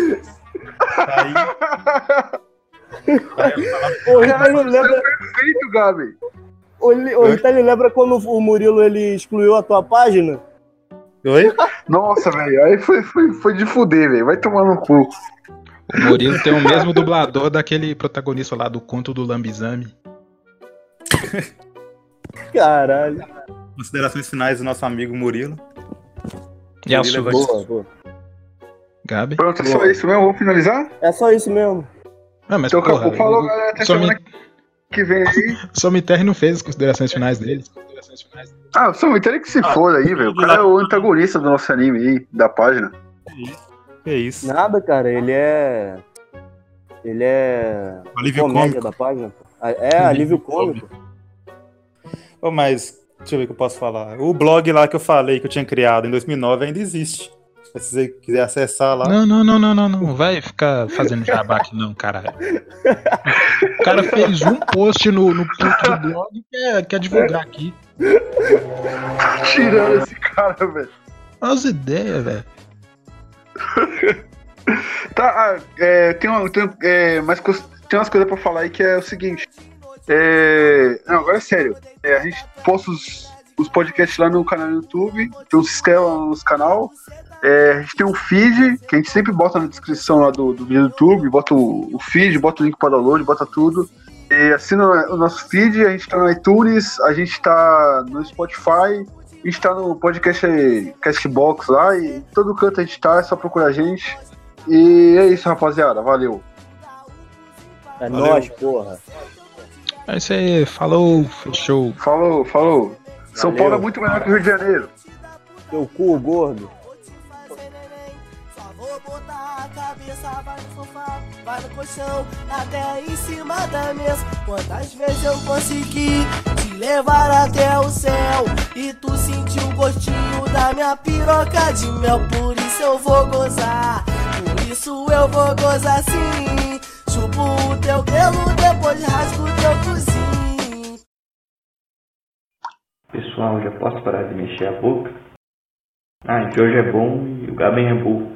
Speaker 3: O Ritalino lembra,
Speaker 4: Perfeito, Gabi.
Speaker 3: o, Li- o Ritalino então lembra quando o Murilo ele excluiu a tua página?
Speaker 6: Oi?
Speaker 4: Nossa, velho. Aí foi, foi, foi de fuder, velho. Vai tomar no cu.
Speaker 2: O Murilo tem o mesmo dublador daquele protagonista lá do conto do Lambizame.
Speaker 3: Caralho.
Speaker 6: Considerações finais do nosso amigo Murilo.
Speaker 2: E a
Speaker 6: Murilo
Speaker 2: sua?
Speaker 6: Evaristo.
Speaker 2: Gabi?
Speaker 4: Pronto, é só isso mesmo. Vamos finalizar?
Speaker 3: É só isso mesmo.
Speaker 2: Não, mas
Speaker 4: Então,
Speaker 2: porra,
Speaker 4: acabou. Falou,
Speaker 2: eu-
Speaker 4: galera. Até
Speaker 2: só me-
Speaker 4: semana que vem aí.
Speaker 2: Somiterre não fez as considerações finais dele.
Speaker 4: Ah, só me entende que se foda aí, velho. O cara é o antagonista do nosso anime aí, da página.
Speaker 6: Que isso.
Speaker 3: Nada, cara. Ele é. Ele é.
Speaker 6: Alívio
Speaker 3: comédia
Speaker 6: cômico.
Speaker 3: da página. Ah, É, alívio cômico.
Speaker 6: Ô, mas, deixa eu ver o que eu posso falar. O blog lá que eu falei que eu tinha criado em 2009 ainda existe. Se você quiser acessar lá.
Speaker 2: Não, não, não, não, não, não. Vai ficar fazendo jabá aqui não, caralho. O cara fez um post no, no puto do blog e quer, quer é divulgar aqui.
Speaker 4: Tirando esse cara, velho.
Speaker 2: Olha as ideias, velho.
Speaker 4: Tá, ah, é, tem, uma, tem, é, mais cos- tem umas coisas pra falar aí que é o seguinte. É, não, agora é sério. É, a gente posta os, os podcasts lá no canal do YouTube, então se inscreva lá no nosso canal. É, a gente tem um feed, que a gente sempre bota na descrição lá do, do vídeo do YouTube, bota o, o feed, bota o link pra download, bota tudo. E assina o nosso feed, a gente tá no iTunes, a gente tá no Spotify, a gente tá no podcast Castbox lá, e em todo canto a gente tá, é só procurar a gente. E é isso, rapaziada. Valeu.
Speaker 3: É nóis, porra.
Speaker 2: Aí você falou, fechou.
Speaker 4: Falou, falou. São
Speaker 3: Valeu.
Speaker 4: Paulo é muito melhor que o Rio de Janeiro.
Speaker 3: Teu cu, gordo.
Speaker 15: Vou botar a cabeça, vai no sofá, vai no colchão, até em cima da mesa. Quantas vezes eu consegui te levar até o céu? E tu sentiu o gostinho da minha piroca de mel, por isso eu vou gozar, por isso eu vou gozar sim. Chupo o teu pelo, depois rasgo o teu cozinho.
Speaker 16: Pessoal, já posso parar de mexer a boca? Ah, que hoje é bom e o Gaben é burro.